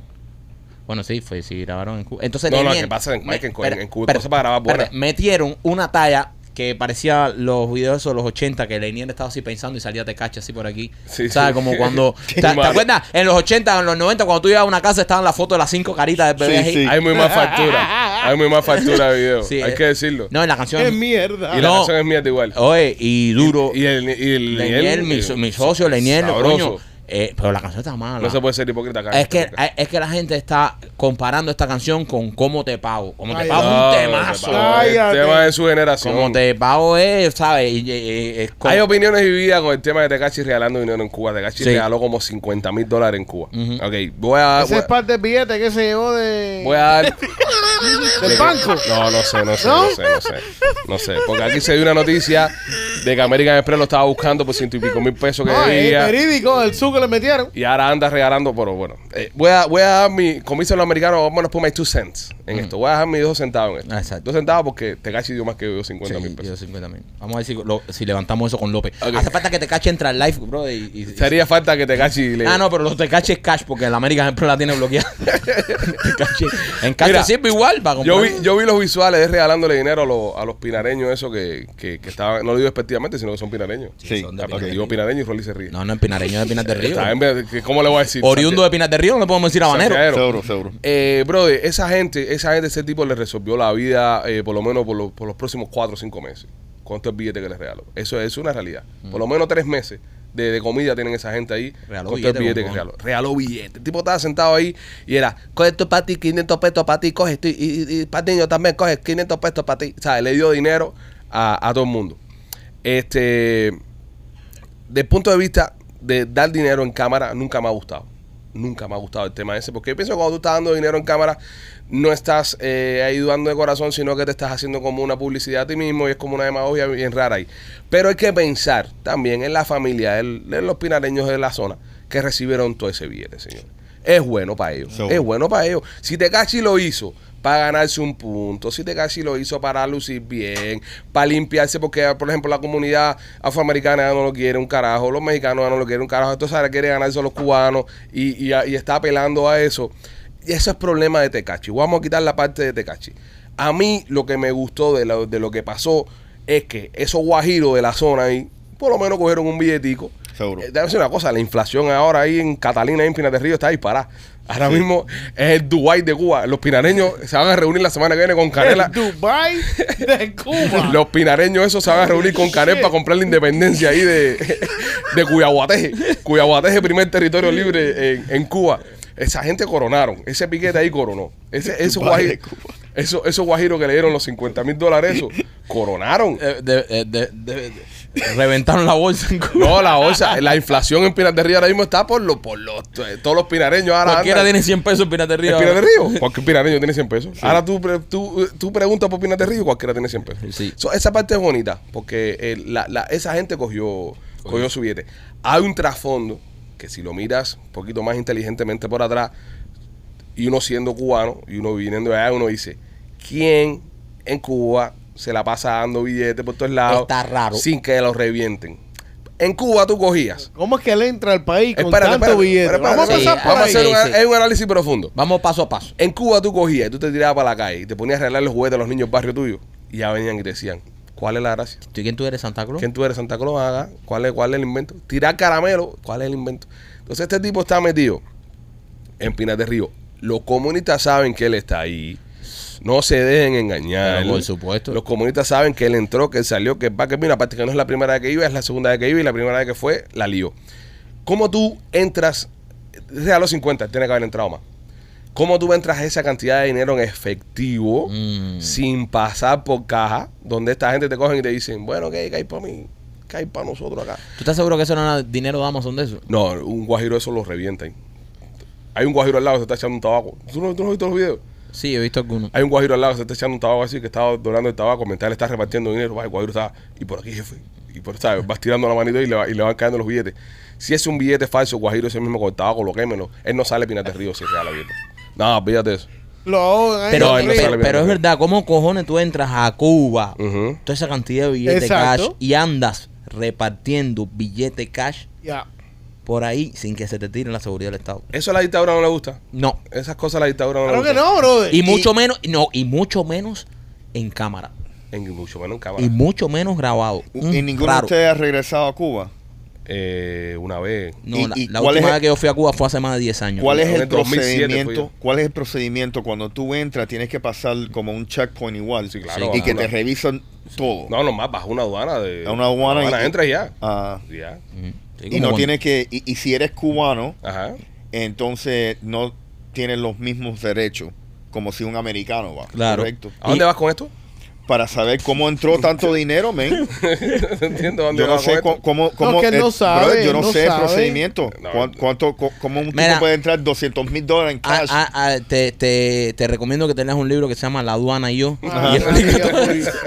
Speaker 3: Bueno, sí, fue, sí, grabaron en Cuba. Entonces,
Speaker 1: No, no,
Speaker 3: tenían-
Speaker 1: que pasa en-
Speaker 3: me-
Speaker 1: que en-
Speaker 3: espera,
Speaker 1: en Cuba
Speaker 3: espera,
Speaker 1: cosas para grabar buenas.
Speaker 3: espérate, Metieron una talla que parecía los videos esos de los 80 que Leinier estaba así pensando y salía te cacha así por aquí.
Speaker 1: Sí,
Speaker 3: ¿Sabes?
Speaker 1: sí.
Speaker 3: Como cuando. ¿te, te
Speaker 1: malo.
Speaker 3: acuerdas? En los 80, en los 90, cuando tú ibas a una casa estaban las fotos de las cinco caritas del bebé.
Speaker 4: Sí,
Speaker 3: ahí.
Speaker 4: sí.
Speaker 1: Hay muy más factura. Hay muy más factura de video.
Speaker 3: Sí,
Speaker 1: Hay
Speaker 3: eh,
Speaker 1: que decirlo.
Speaker 3: No, en la canción.
Speaker 5: ¡Qué mierda!
Speaker 1: y la
Speaker 3: no.
Speaker 1: canción es mierda igual.
Speaker 3: Oye, y duro.
Speaker 1: Y el, y el-
Speaker 3: Leinier, mi, so- mi socio, Leinier,
Speaker 1: sabroso.
Speaker 3: coño. Eh, pero la canción está mala.
Speaker 1: No se puede ser hipócrita acá.
Speaker 3: Es que, es que la gente está comparando esta canción con Cómo te pago. Cómo te
Speaker 5: Ay,
Speaker 3: pago es
Speaker 1: No,
Speaker 3: un
Speaker 1: no,
Speaker 3: temazo.
Speaker 1: El
Speaker 5: Cállate.
Speaker 1: tema de su generación.
Speaker 3: Como te pago es, ¿sabes? Y- y- y- es como-
Speaker 1: Hay opiniones divididas con el tema de Tecachi regalando dinero en Cuba. Tecachi
Speaker 3: Sí.
Speaker 1: regaló como 50 mil dólares en Cuba.
Speaker 3: Ujú.
Speaker 1: Ok, voy a.
Speaker 5: Ese
Speaker 1: Voy,
Speaker 5: es parte del billete que se llevó de,
Speaker 1: voy a dar.
Speaker 5: del banco.
Speaker 1: No, no sé, no sé,
Speaker 5: ¿No?
Speaker 1: no sé, no sé. No sé. Porque aquí se dio una noticia de que American Express lo estaba buscando por ciento y pico mil pesos que
Speaker 5: No, Ah, es
Speaker 1: debía.
Speaker 5: verídico, el su que le metieron.
Speaker 1: Y ahora anda regalando, pero bueno. eh, voy, a, voy a dar mi. Como dicen los americanos, vamos a poner my two cents en esto. Voy a dejar mis dos centavos en esto.
Speaker 3: Ah, Mm. exacto.
Speaker 1: Dos centavos porque Tecachi dio más que yo 50
Speaker 3: Sí,
Speaker 1: mil pesos.
Speaker 3: yo 50.000. Vamos a ver si, lo- si levantamos eso con López.
Speaker 1: Ok.
Speaker 3: Hace falta que te cache entra al live, bro. Y, y-
Speaker 1: Te haría falta que Tecachi le.
Speaker 3: Ah, no, pero los te cache es cash porque el América siempre la tiene bloqueada. Tecachi- en cash
Speaker 1: Mira,
Speaker 3: sirve igual para comprar.
Speaker 1: Yo vi, yo vi los visuales de regalándole dinero a los, a los pinareños, eso que, que, que estaban, no lo digo despectivamente, sino que son pinareños.
Speaker 4: Sí,
Speaker 3: son de
Speaker 1: Ah,
Speaker 4: ok.
Speaker 1: porque digo pinareño y Rolly se ríe.
Speaker 3: No, no, en Pinareño de Pinas del Río.
Speaker 1: Está, en vez de- ¿Cómo le voy a decir?
Speaker 3: Oriundo de Pinas del Río, no le podemos decir habanero.
Speaker 1: Santiago.
Speaker 4: Seguro, seguro.
Speaker 1: Eh, brother, esa gente, esa gente, ese tipo le resolvió la vida eh, por lo menos por, lo- por los próximos cuatro o cinco meses. ¿Cuánto es el billete que les regaló? Eso es una realidad. Por lo menos tres meses de, de comida tienen esa gente ahí.
Speaker 3: Regaló
Speaker 1: ¿Cuánto es el billete
Speaker 3: billete,
Speaker 1: que
Speaker 3: bombón.
Speaker 1: regaló? Regaló billete. El tipo estaba sentado ahí y era, coge esto para ti, 500 pesos para ti, coge esto y, y, y para ti yo también, coge 500 pesos para ti. O sea, le dio dinero a, a todo el mundo. Este del punto de vista de dar dinero en cámara, nunca me ha gustado. Nunca me ha gustado el tema ese, porque yo pienso que cuando tú estás dando dinero en cámara, no estás eh, ayudando de corazón, sino que te estás haciendo como una publicidad a ti mismo y es como una demagogia bien rara ahí. Pero hay que pensar también en la familia, en, en los pinareños de la zona que recibieron todo ese billete, señor. Es bueno para ellos,
Speaker 4: Seguro.
Speaker 1: es bueno para ellos. Si Tecachi lo hizo para ganarse un punto, si Tecachi lo hizo para lucir bien, para limpiarse, porque por ejemplo la comunidad afroamericana ya no lo quiere un carajo, los mexicanos ya no lo quieren un carajo, entonces ahora quiere ganarse a los cubanos y, y- y está apelando a eso. Y eso es problema de Tecachi. Vamos a quitar la parte de Tecachi. A mí lo que me gustó de lo, de lo que pasó es que esos guajiros de la zona ahí, por lo menos cogieron un billetico.
Speaker 4: Seguro.
Speaker 1: Eh, te voy a decir una cosa, la inflación ahora ahí en Catalina, ahí en Pinar del Río, está disparada. Ahora mismo es el Dubái de Cuba. Los pinareños se van a reunir la semana que viene con Canela.
Speaker 5: El Dubai de Cuba.
Speaker 1: Los pinareños esos se van a reunir con Canel para comprar la independencia ahí de, de Cuyaguateje. Cuyaguateje, primer territorio libre en, en Cuba. Esa gente coronaron. Ese piquete ahí coronó. Ese, esos,
Speaker 4: Dubái de
Speaker 1: guajiros, esos, esos guajiros que le dieron los 50 mil dólares, esos, coronaron.
Speaker 3: Eh, de- eh, de- de- de- reventaron la bolsa en Cuba.
Speaker 1: No, la bolsa, la inflación en Pinar del Río ahora mismo está por, los por los, todos los pinareños. Ahora
Speaker 3: Cualquiera
Speaker 1: andan-
Speaker 3: tiene 100 pesos en Pinas del Río.
Speaker 1: ¿El Pinar
Speaker 3: ahora.
Speaker 1: del Río? Porque Pinar del Río tiene 100 pesos. Ahora tú, pre- tú, tú preguntas por Pinar del Río y cualquiera tiene 100 pesos.
Speaker 3: Sí.
Speaker 1: So, esa parte es bonita porque eh, la- la- esa gente cogió, cogió su billete. Hay un trasfondo que si lo miras un poquito más inteligentemente por atrás y uno siendo cubano y uno viniendo de allá, uno dice, ¿quién en Cuba se la pasa dando billetes por todos lados
Speaker 3: Está raro.
Speaker 1: sin que los revienten? En Cuba tú cogías.
Speaker 5: ¿Cómo es que él entra al país con
Speaker 1: Espérate,
Speaker 5: tanto
Speaker 1: espérate,
Speaker 5: billete?
Speaker 1: espérate,
Speaker 5: Vamos a
Speaker 1: espérate.
Speaker 3: Sí,
Speaker 5: pasar por
Speaker 1: Vamos a
Speaker 5: ahí.
Speaker 1: hacer un,
Speaker 3: Sí, sí.
Speaker 1: es un análisis profundo.
Speaker 3: Vamos paso a paso.
Speaker 1: En Cuba tú cogías y tú te tirabas para la calle y te ponías a arreglar los juguetes a los niños del barrio tuyo. Y ya venían y te decían, ¿cuál es la gracia?
Speaker 3: ¿Tú quién tú eres, Santa Claus?
Speaker 1: ¿Quién tú eres, Santa Claus? Haga, ¿cuál es, ¿Cuál es el invento? Tirar caramelo, ¿cuál es el invento? Entonces este tipo está metido en Pinas de Río. Los comunistas saben que él está ahí. No se dejen engañar.
Speaker 3: Pero por supuesto.
Speaker 1: Los comunistas saben que él entró, que él salió, que va, que vino. Aparte que no es la primera vez que iba, es la segunda vez que iba y la primera vez que fue, la lió. ¿Cómo tú entras? Real los 50, tiene que haber entrado más. ¿Cómo tú entras esa cantidad de dinero en efectivo
Speaker 3: Mm.
Speaker 1: sin pasar por caja? Donde esta gente te cogen y te dicen, bueno, ¿qué, qué hay para mí? ¿Qué hay para nosotros acá?
Speaker 3: ¿Tú estás seguro que eso no era dinero de Amazon de eso?
Speaker 1: No, un guajiro eso lo revientan. Hay un guajiro al lado que se está echando un tabaco. ¿Tú no, tú no has visto los videos?
Speaker 3: Sí, he visto algunos.
Speaker 1: Hay un guajiro al lado que se está echando un tabaco así, que estaba dorando el tabaco, mientras le está repartiendo dinero, va, el guajiro está, y por aquí, jefe, y por ¿sabes? vas tirando la manito y le, va- y le van cayendo los billetes. Si es un billete falso, guajiro ese mismo con el tabaco, lo quémelo. Él no sale Pinate Río si es real la billete. Nada, pídate eso.
Speaker 5: Lo ahogan ahí,
Speaker 3: Pero,
Speaker 1: No, él
Speaker 5: horrible.
Speaker 1: no
Speaker 3: pero-
Speaker 1: sale bien
Speaker 3: pero es
Speaker 1: de
Speaker 3: verdad, ¿cómo cojones tú entras a Cuba?
Speaker 1: Ujú.
Speaker 3: Toda esa cantidad de billetes
Speaker 5: Exacto.
Speaker 3: cash y andas repartiendo billete cash
Speaker 5: Ya.
Speaker 3: por ahí sin que se te tire la seguridad del Estado.
Speaker 1: Eso a la dictadura no le gusta.
Speaker 3: No.
Speaker 1: Esas cosas a la dictadura no le
Speaker 5: Claro que
Speaker 1: gustan.
Speaker 5: no, brother.
Speaker 3: Y mucho menos, no, y mucho menos en cámara.
Speaker 1: En, mucho menos en cámara.
Speaker 3: Y mucho menos grabado.
Speaker 4: ¿Y
Speaker 3: Mm,
Speaker 4: ninguno
Speaker 3: raro.
Speaker 4: de ustedes ha regresado a Cuba?
Speaker 1: Eh, una vez.
Speaker 3: No,
Speaker 4: ¿Y-
Speaker 3: la,
Speaker 4: y
Speaker 3: la
Speaker 4: cuál
Speaker 3: última
Speaker 4: es
Speaker 3: vez
Speaker 4: el-
Speaker 3: que yo fui a Cuba fue hace más de 10 años.
Speaker 4: ¿Cuál es
Speaker 1: en
Speaker 4: el
Speaker 1: el 2007
Speaker 4: procedimiento?
Speaker 1: fue yo.
Speaker 4: ¿Cuál es el procedimiento cuando tú entras tienes que pasar como un checkpoint igual?
Speaker 1: Sí, claro.
Speaker 4: Y que te
Speaker 1: Claro.
Speaker 4: revisan todo.
Speaker 1: No, nomás bajo una aduana de.
Speaker 4: A una aduana y-
Speaker 1: entras y ya.
Speaker 4: Ah,
Speaker 1: Ya.
Speaker 3: Mm, sí,
Speaker 4: y
Speaker 3: como
Speaker 4: no
Speaker 3: cuando-
Speaker 4: tienes que y, y si eres cubano,
Speaker 1: Ajá.
Speaker 4: entonces no tienes los mismos derechos como si un americano va.
Speaker 3: Claro.
Speaker 4: Correcto.
Speaker 1: ¿A dónde
Speaker 3: Y-
Speaker 1: vas con esto?
Speaker 4: Para saber cómo entró tanto dinero, men.
Speaker 1: no entiendo dónde
Speaker 4: Yo no
Speaker 1: vas
Speaker 4: sé
Speaker 1: con
Speaker 4: cómo,
Speaker 1: esto.
Speaker 4: cómo, cómo-
Speaker 5: que él no sabe,
Speaker 4: brother, yo no,
Speaker 5: no
Speaker 4: sé el
Speaker 5: sabe.
Speaker 4: procedimiento.
Speaker 1: No.
Speaker 4: ¿Cuán- ¿Cuánto, co- cómo un tipo
Speaker 3: Mira.
Speaker 4: puede entrar 200 mil dóleas en
Speaker 3: Ah,
Speaker 4: cash?
Speaker 3: ah, ah, te, te, te recomiendo que te leas un libro que se llama La aduana y yo.
Speaker 5: Ah,
Speaker 3: Y
Speaker 5: ya,
Speaker 3: explica
Speaker 5: ya,
Speaker 3: todo
Speaker 5: ya.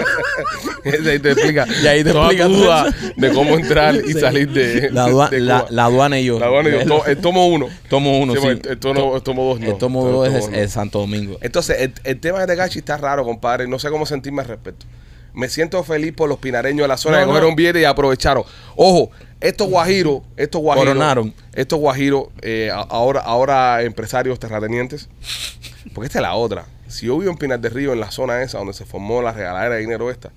Speaker 1: Y ahí te explica.
Speaker 3: Y ahí te
Speaker 1: toda tu
Speaker 3: explica todo
Speaker 1: duda
Speaker 3: eso.
Speaker 1: de cómo entrar y
Speaker 3: Sí.
Speaker 1: salir de.
Speaker 3: La, adua-
Speaker 1: de
Speaker 3: la,
Speaker 1: Cuba.
Speaker 3: la aduana y yo.
Speaker 1: La aduana y yo. to- el tomo uno.
Speaker 3: Tomo uno,
Speaker 1: Sí,
Speaker 3: sí.
Speaker 1: porque El, el tono- el tomo dos no.
Speaker 3: El tomo dos es,
Speaker 1: no.
Speaker 3: es Santo Domingo.
Speaker 1: Entonces, el, el tema de Tecachi está raro, compadre. No sé cómo sentirme al respecto. Me siento feliz por los pinareños de la zona
Speaker 3: No,
Speaker 1: que
Speaker 3: no.
Speaker 1: cogieron billete y aprovecharon. Ojo, estos guajiros, estos guajiros.
Speaker 3: Coronaron.
Speaker 1: Estos guajiros, eh, a- ahora, ahora empresarios terratenientes. Porque esta es la otra. Si yo vivo en Pinar del Río, en la zona esa donde se formó la regaladera de dinero esta,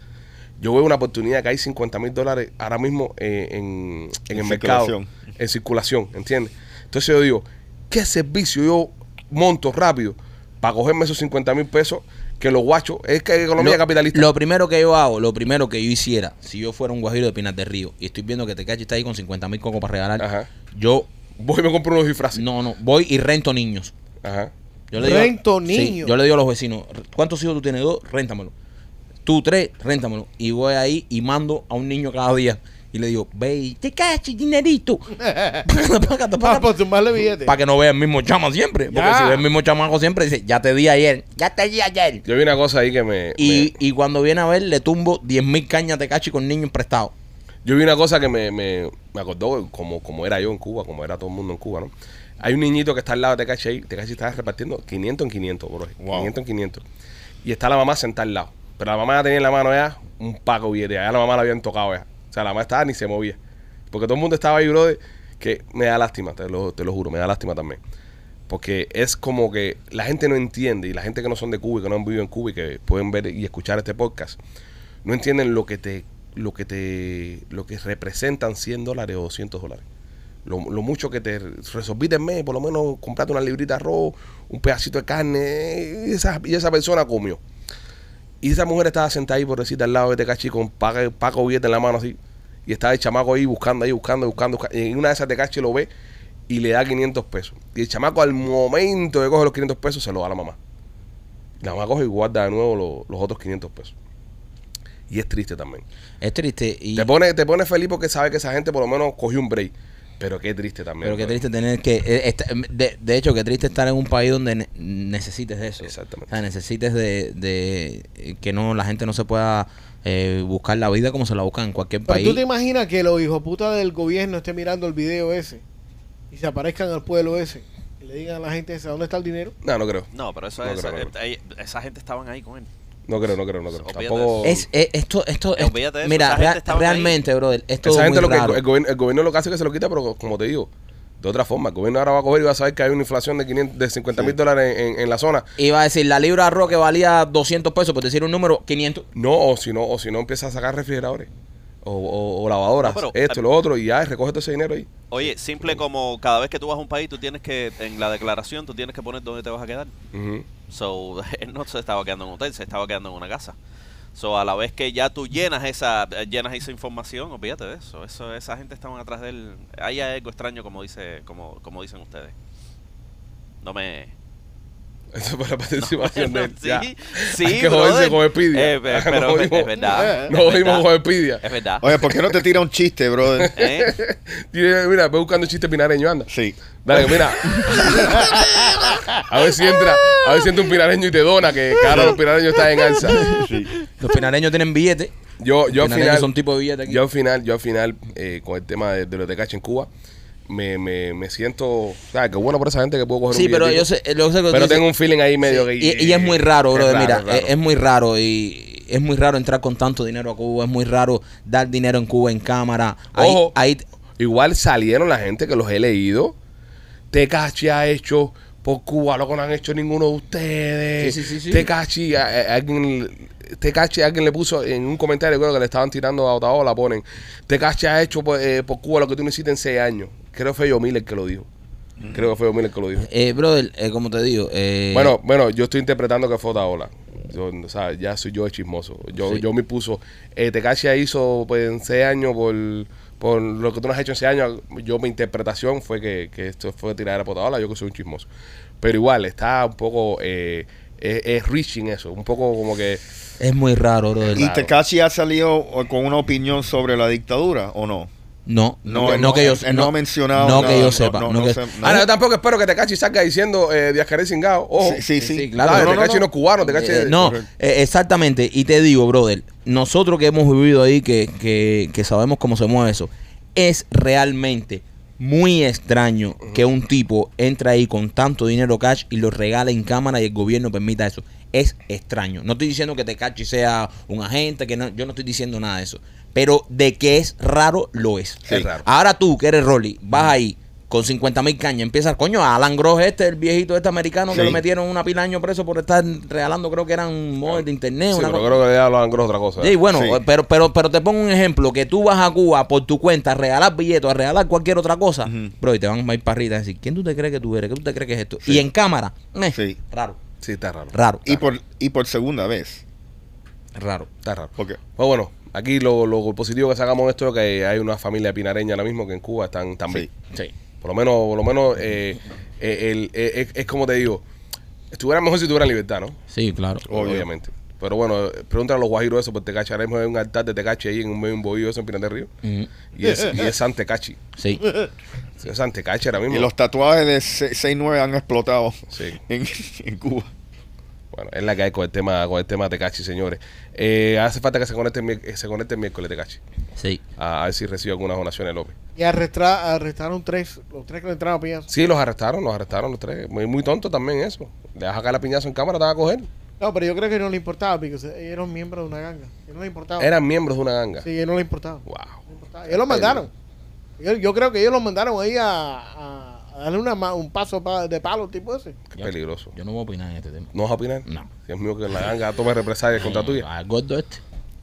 Speaker 1: yo veo una oportunidad que hay 50 mil dólares ahora mismo eh, en, en
Speaker 4: En
Speaker 1: el mercado,
Speaker 4: circulación.
Speaker 1: en circulación, ¿entiendes? Entonces yo digo, ¿qué servicio yo monto rápido para cogerme esos 50 mil pesos que los guachos, es que hay economía
Speaker 3: Lo-
Speaker 1: capitalista?
Speaker 3: Lo primero que yo hago, lo primero que yo hiciera, si yo fuera un guajiro de Pinas del Río y estoy viendo que Tecachi está ahí con 50 mil cocos para regalar,
Speaker 1: Ajá.
Speaker 3: yo
Speaker 1: Voy y me compro unos disfraces.
Speaker 3: no, no, voy y rento niños.
Speaker 1: Ajá.
Speaker 3: Yo le digo,
Speaker 5: Rento
Speaker 3: Sí,
Speaker 5: niños.
Speaker 3: yo le digo a los vecinos, ¿cuántos hijos tú tienes? Dos, réntamelo. Tú tres, réntamelo. Y voy ahí y mando a un niño cada día. Y le digo, ve y Tecachi, dinerito.
Speaker 5: Ah, por tumbarle billetes.
Speaker 3: Para que no vea el mismo chama siempre. Porque
Speaker 5: Ya.
Speaker 3: si ve el mismo chamaco siempre, dice, ya te di ayer, ya te di ayer.
Speaker 1: Yo vi una cosa ahí que me...
Speaker 3: Y, y cuando viene a ver, le tumbo 10 mil cañas de cachi con niños prestados.
Speaker 1: me- yo vi una cosa que me, me, me acordó como, como era yo en Cuba, como era todo el mundo en Cuba, ¿no? Hay un niñito que está al lado de Tecachi ahí. Tecachi está repartiendo 500 en 500, bro.
Speaker 4: Wow.
Speaker 1: 500 en 500. Y está la mamá sentada al lado. Pero la mamá ya tenía en la mano ya un paco de billetes. Ya la mamá la habían tocado ya. O sea, la mamá estaba ni se movía. Porque todo el mundo estaba ahí, brother. Que me da lástima, te lo, te lo juro, me da lástima también. Porque es como que la gente no entiende, y la gente que no son de Cuba y que no han vivido en Cuba y que pueden ver y escuchar este podcast, no entienden lo que te, lo que te, lo que representan 100 dólares o 200 dólares. Lo, lo mucho que te resolviste el mes, por lo menos comprate una librita de arroz, un pedacito de carne, y esa, y esa persona comió. Y esa mujer estaba sentada ahí, pobrecita, al lado de Tecachi con Paco, Paco billete en la mano así. Y estaba el chamaco ahí buscando, ahí buscando, buscando. buscando. Y en una de esas Tecachi lo ve y le da 500 pesos. Y el chamaco al momento que coge los 500 pesos se lo da a la mamá. La mamá coge y guarda de nuevo lo- los otros 500 pesos. Y es triste también.
Speaker 3: Es triste. Y,
Speaker 1: Te pone, te pone feliz porque sabe que esa gente por lo menos cogió un break. Pero qué triste también.
Speaker 3: pero qué
Speaker 1: brother.
Speaker 3: triste tener que. eh, esta- de, de hecho, qué triste estar en un país donde ne- necesites de eso.
Speaker 1: Exactamente.
Speaker 3: O sea, necesites de, de, eh, que no la gente no se pueda eh, buscar la vida como se la busca en cualquier
Speaker 5: Pero
Speaker 3: país.
Speaker 5: Pues, tú te imaginas que los hijos puta del gobierno estén mirando el video ese y se aparezcan al pueblo ese y le digan a la gente esa, ¿dónde está el dinero?
Speaker 1: No, no creo.
Speaker 6: No, pero eso
Speaker 1: No
Speaker 6: es-
Speaker 1: creo, no
Speaker 6: eh,
Speaker 1: creo.
Speaker 6: ahí- esa gente estaban ahí con él.
Speaker 1: No creo, no creo, no creo.
Speaker 6: Olvídate
Speaker 1: Tampoco.
Speaker 6: de
Speaker 3: Es, es- esto, esto,
Speaker 6: Eh,
Speaker 3: es-
Speaker 6: olvídate de eso,
Speaker 3: mira,
Speaker 6: esa gente
Speaker 3: rea-
Speaker 6: estaba ahí.
Speaker 3: realmente, brother, esto
Speaker 1: Esa
Speaker 3: es
Speaker 1: gente
Speaker 3: muy
Speaker 1: lo que el,
Speaker 3: raro.
Speaker 1: el gobierno, el gobierno lo que hace es que se lo quita, pero como te digo, de otra forma, el gobierno ahora va a coger y va a saber que hay una inflación de 500, de 50 mil dólares en, en- en la zona.
Speaker 3: Iba a decir, la libra de arroz que valía 200 pesos, por decir un número, 500.
Speaker 1: No, o si no, o si no empieza a sacar refrigeradores o, o- o lavadoras,
Speaker 6: No, pero-
Speaker 1: esto, lo otro, y ya recoge todo ese dinero ahí.
Speaker 6: Oye, simple como cada vez que tú vas a un país, tú tienes que, en la declaración, tú tienes que poner dónde te vas a quedar.
Speaker 1: Ujú.
Speaker 6: So, él no se estaba quedando en un hotel, se estaba quedando en una casa. So, a la vez que ya tú llenas esa llenas esa información, olvídate de eso. eso esa gente estaban atrás de él. Ahí hay algo extraño, como dice como, como dicen ustedes. No me...
Speaker 1: Eso para la participación de él.
Speaker 6: sí,
Speaker 1: ya.
Speaker 6: sí,
Speaker 1: Hay que
Speaker 6: brother.
Speaker 1: joderse con Expedia.
Speaker 6: Eh, pe-
Speaker 1: No
Speaker 6: pero es,
Speaker 1: jodimos- Eh,
Speaker 6: es verdad.
Speaker 1: No
Speaker 6: es
Speaker 1: oímos
Speaker 6: verdad,
Speaker 1: con Expedia.
Speaker 6: Es
Speaker 3: ah.
Speaker 6: verdad.
Speaker 4: Oye, ¿por qué no te tira un chiste, brother?
Speaker 6: ¿Eh?
Speaker 1: Tiene- Mira, ve buscando chistes pinareños, anda.
Speaker 4: Sí.
Speaker 1: Dale, mira. a ver si entra, a ver si entra un pinareño y te dona, que cada los pinareños están en alza.
Speaker 3: Los pinareños tienen billetes.
Speaker 1: Yo, yo al
Speaker 3: Los pinareños
Speaker 1: final.
Speaker 3: son tipo de billetes aquí.
Speaker 1: Yo al final, yo al final, eh, con el tema de, de los tecachi en Cuba, me, me, me siento. O sea, qué bueno por esa gente que puedo coger
Speaker 3: Sí,
Speaker 1: un
Speaker 3: pero
Speaker 1: billetico.
Speaker 3: yo sé, eh, lo que sé que tú
Speaker 1: Pero
Speaker 3: dices-
Speaker 1: tengo un feeling ahí medio
Speaker 3: Sí,
Speaker 1: que.
Speaker 3: y, y es muy raro, bro.
Speaker 1: raro,
Speaker 3: mira, eh,
Speaker 1: raro.
Speaker 3: Es, es muy raro y es muy raro entrar con tanto dinero a Cuba. Es muy raro dar dinero en Cuba en cámara. Ahí-
Speaker 1: Ojo.
Speaker 3: ahí-
Speaker 1: Igual salieron la gente que los he leído. Tecachi ha hecho por Cuba lo que no han hecho ninguno de ustedes.
Speaker 3: Sí, sí, sí, sí.
Speaker 1: Tecachi, a- a- alguien, Tecachi, alguien le puso en un comentario, creo que le estaban tirando a Otaola, ponen. Tecachi ha hecho por, eh, por Cuba lo que tú no hiciste en seis años. Creo que fue yo Miller que lo dijo.
Speaker 3: Mm.
Speaker 1: Creo que fue yo Miller que lo dijo.
Speaker 3: eh, brother, eh, como te digo, eh,
Speaker 1: Bueno, bueno, yo estoy interpretando que fue Otaola. Yo, o sea, ya soy yo de chismoso. Yo,
Speaker 3: Sí.
Speaker 1: yo me puso, eh, Tekashi ya hizo pues, en seis años por, por lo que tú no has hecho en seis años. Yo, mi interpretación fue que, que esto fue tirar a Otaola, yo que soy un chismoso. Pero igual, está un poco, eh, es, es reaching eso, un poco como que...
Speaker 3: es muy raro, brother.
Speaker 4: ¿Y Tekashi ha salido eh, con una opinión sobre la dictadura o no?
Speaker 3: No, no,
Speaker 4: No,
Speaker 3: no,
Speaker 4: él no-
Speaker 3: que yo
Speaker 4: él no ha mencionado
Speaker 3: No,
Speaker 4: nada,
Speaker 3: que yo
Speaker 4: no,
Speaker 3: sepa.
Speaker 4: no,
Speaker 3: no
Speaker 4: no
Speaker 3: que-
Speaker 4: sé, no.
Speaker 1: Ahora, ah, yo tampoco espero que Tekashi salga diciendo eh, Díaz Canel cingado. Ojo,
Speaker 4: Sí, sí, sí.
Speaker 3: Sí, claro.
Speaker 1: claro,
Speaker 3: no, no,
Speaker 1: Tekashi no,
Speaker 3: no.
Speaker 1: es cubano, Tekashi
Speaker 3: Eh,
Speaker 1: es-
Speaker 3: no,
Speaker 4: correcto.
Speaker 3: eh, exactamente. Y te digo, brother, nosotros que hemos vivido ahí, que, que- que sabemos cómo se mueve eso, es realmente muy extraño que un tipo entre ahí con tanto dinero cash y lo regale en cámara y el gobierno permita eso. Es extraño. No estoy diciendo que Tecachi sea un agente, que no, yo no estoy diciendo nada de eso. Pero de que es raro, lo es.
Speaker 1: Sí. Es raro.
Speaker 3: Ahora tú, que eres Rolly, vas ahí con 50 mil cañas, empiezas, coño, a Alan Gross este, el viejito este americano que
Speaker 4: Sí.
Speaker 3: lo metieron una pila de años preso por estar regalando, creo que eran móviles de internet.
Speaker 1: Sí,
Speaker 3: una
Speaker 1: pero
Speaker 3: cosa.
Speaker 1: creo que le hablan anglos otra cosa.
Speaker 3: Sí, bueno,
Speaker 4: Sí.
Speaker 3: Pero, pero, pero te pongo un ejemplo, que tú vas a Cuba por tu cuenta a regalar billetes, a regalar cualquier otra cosa,
Speaker 4: Ujú.
Speaker 3: bro, y te van a ir para arriba y te van a decir, ¿quién tú te crees que tú eres? ¿Qué tú te crees que es esto? Y en cámara, meh,
Speaker 4: Sí.
Speaker 3: raro,
Speaker 1: Sí, está raro.
Speaker 3: raro,
Speaker 4: Y por, y por segunda vez.
Speaker 3: raro.
Speaker 1: Está raro.
Speaker 4: Porque
Speaker 1: Pues bueno, aquí lo, lo positivo que sacamos de esto es que hay una familia pinareña ahora mismo que en Cuba están también.
Speaker 4: Sí.
Speaker 3: Sí.
Speaker 1: Por lo menos, por lo menos eh, eh, el- eh, es, es como te digo, estuviera mejor si tuviera libertad, ¿no?
Speaker 3: Sí, claro.
Speaker 4: Obvio.
Speaker 1: Obviamente. Pero bueno, eh, pregúntale a los guajiros eso, porque Tecachi ahora mismo hay un altar de Tecachi ahí en un medio de un bohío eso en Pinar del Río.
Speaker 3: Ujú.
Speaker 1: Y es, y es San Tecachi.
Speaker 3: Sí.
Speaker 1: Es San Tecachi ahora mismo.
Speaker 4: y los tatuajes de 6-9 han explotado
Speaker 1: Sí.
Speaker 4: en, en Cuba.
Speaker 1: Bueno, es la que hay con el tema, con el tema Tecachi, señores. Eh, hace falta que se conecte, el mier- eh, se conecte el miércoles Tecachi.
Speaker 3: Sí.
Speaker 1: A, a ver si recibe algunas donaciones López.
Speaker 5: Y arrestra- arrestaron tres, los tres que le entraron a piñazo.
Speaker 1: Sí, los arrestaron, los arrestaron los tres. Muy, muy tonto también eso. Le vas a caer la piñazo en cámara, te vas a coger.
Speaker 5: No, pero yo creo que no le importaba, porque se- ellos eran miembros de una ganga. Ellos no le importaba.
Speaker 1: Eran miembros de una ganga.
Speaker 5: Sí, ellos no le importaba. No
Speaker 1: Wow.
Speaker 5: le importaba. Ellos lo mandaron. Ellos- yo creo que ellos lo mandaron ahí a, a- a darle una, ma- un paso pa- de palo, tipo ese.
Speaker 1: Qué peligroso.
Speaker 3: Yo no voy a opinar en este tema.
Speaker 1: ¿No vas a opinar?
Speaker 3: No.
Speaker 1: Dios mío, que la ganga tome represalias contra tuya.
Speaker 3: Ah, El gordo este.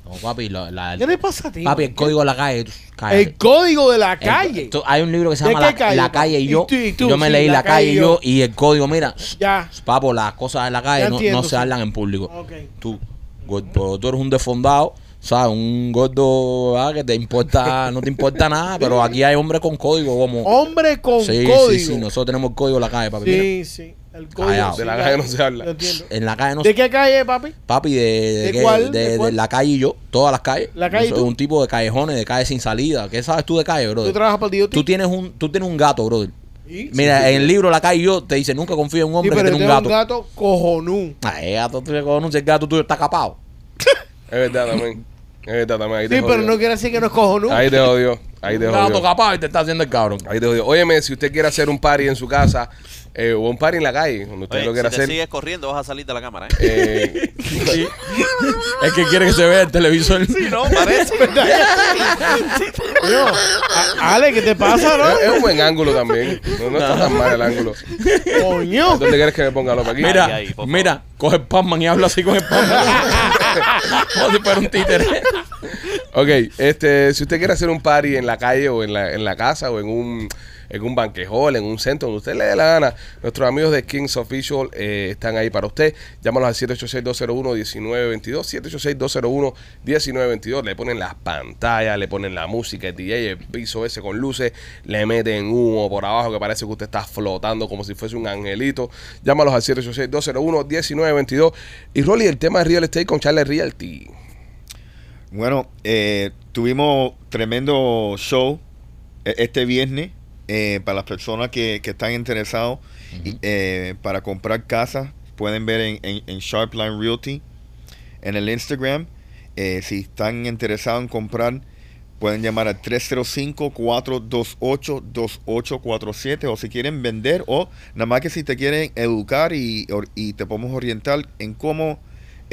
Speaker 3: No, papi, la- la-
Speaker 5: ¿Qué le pasa a ti?
Speaker 3: papi, el
Speaker 5: man?
Speaker 3: código de la calle, tú, cállate.
Speaker 5: El código de la
Speaker 3: El-
Speaker 5: calle.
Speaker 3: tú- hay un libro que se
Speaker 5: ¿De
Speaker 3: llama La
Speaker 5: qué
Speaker 3: calle,
Speaker 5: calle,
Speaker 3: la
Speaker 5: papá?
Speaker 3: calle y
Speaker 5: Y
Speaker 3: yo.
Speaker 5: tú- y tú,
Speaker 3: yo me
Speaker 5: sí,
Speaker 3: leí
Speaker 5: La
Speaker 3: La calle y yo
Speaker 5: Calle
Speaker 3: y el código, mira, shh,
Speaker 5: Ya.
Speaker 3: papo, las cosas de la calle
Speaker 5: Ya
Speaker 3: no,
Speaker 5: entiendo,
Speaker 3: no se
Speaker 5: sí.
Speaker 3: hablan en público.
Speaker 5: Ok.
Speaker 3: Tú, go- pero tú eres un desfondado, ¿sabes? Un gordo ¿verdad? que te importa, no te importa nada, pero aquí hay hombres con código como.
Speaker 5: Hombre Oh, con
Speaker 3: sí,
Speaker 5: código.
Speaker 3: sí, sí, nosotros tenemos el código de la calle, papi. mira.
Speaker 5: Sí, sí. El código.
Speaker 3: Callao.
Speaker 5: sí,
Speaker 1: De la
Speaker 5: ya,
Speaker 1: calle no se habla.
Speaker 5: lo entiendo.
Speaker 3: En la calle no
Speaker 5: ¿De qué calle, papi?
Speaker 3: Papi, de, de,
Speaker 5: ¿De
Speaker 3: qué?
Speaker 5: cuál?
Speaker 3: De-
Speaker 5: ¿De
Speaker 3: de
Speaker 5: cuál?
Speaker 3: la calle y yo, todas las calles.
Speaker 5: ¿La calle
Speaker 3: yo
Speaker 5: y
Speaker 3: soy
Speaker 5: tú?
Speaker 3: un tipo de callejones, de calles sin salida. ¿Qué sabes tú de calle, brother?
Speaker 5: ¿Tú trabajas para el DOT?
Speaker 3: Tú tienes un, tú tienes un gato, brother.
Speaker 5: Sí.
Speaker 3: Mira, en el libro La calle y yo te dice, nunca confía en un
Speaker 5: Sí,
Speaker 3: hombre
Speaker 5: pero
Speaker 3: que
Speaker 5: yo
Speaker 3: tiene un
Speaker 5: tengo un
Speaker 3: gato.
Speaker 5: gato cojonú.
Speaker 3: Ay, gato tuyo, cojones, el gato tuyo está capado.
Speaker 1: Es verdad también. Es verdad también. Ahí
Speaker 5: Sí,
Speaker 1: te
Speaker 5: pero
Speaker 1: jodió.
Speaker 5: no quiere decir que no es cojonú.
Speaker 1: Ahí te jodió. Ahí te
Speaker 3: Un gato
Speaker 1: jodió.
Speaker 3: capado y te está haciendo el cabrón.
Speaker 1: Ahí te jodió. Óyeme, si usted quiere hacer un party en su casa eh, o un party en la calle, donde usted
Speaker 6: Oye,
Speaker 1: lo quiera
Speaker 6: si te
Speaker 1: hacer.
Speaker 6: sigues corriendo vas a salir de la cámara, ¿eh?
Speaker 1: eh,
Speaker 3: Es que quiere que se vea el televisor.
Speaker 6: Sí, no, parece.
Speaker 5: Coño, a- Ale, ¿qué te pasa, no?
Speaker 1: es, es un buen ángulo también. No, no está tan mal el ángulo.
Speaker 5: Coño.
Speaker 1: ¿Dónde quieres que me ponga López? Aquí.
Speaker 3: Mira,
Speaker 6: Ay, ay, por
Speaker 3: mira, coge el Pac-Man y habla así con el Pac-Man. Como si fuera un títere.
Speaker 1: Ok, este, si usted quiere hacer un party en la calle o en la, en la casa o en un, en un banquejol, en un centro, donde usted le dé la gana, nuestros amigos de Kings Official eh, están ahí para usted. Llámalos al 786-201-1922, 786-201-1922. Le ponen las pantallas, le ponen la música, el DJ, el piso ese con luces, le meten humo por abajo que parece que usted está flotando como si fuese un angelito. Llámalos al 786-201-1922. Y Rolly, el tema de real estate con Charles Realty.
Speaker 4: Bueno, eh, tuvimos tremendo show eh, este viernes eh, para las personas que, que están interesados y, eh, para comprar casas. Pueden ver en, en, en Sharpline Realty, en el Instagram. Eh, si están interesados en comprar Pueden llamar al 305-428-2847 o si quieren vender o nada más que si te quieren educar y, or- y te podemos orientar en cómo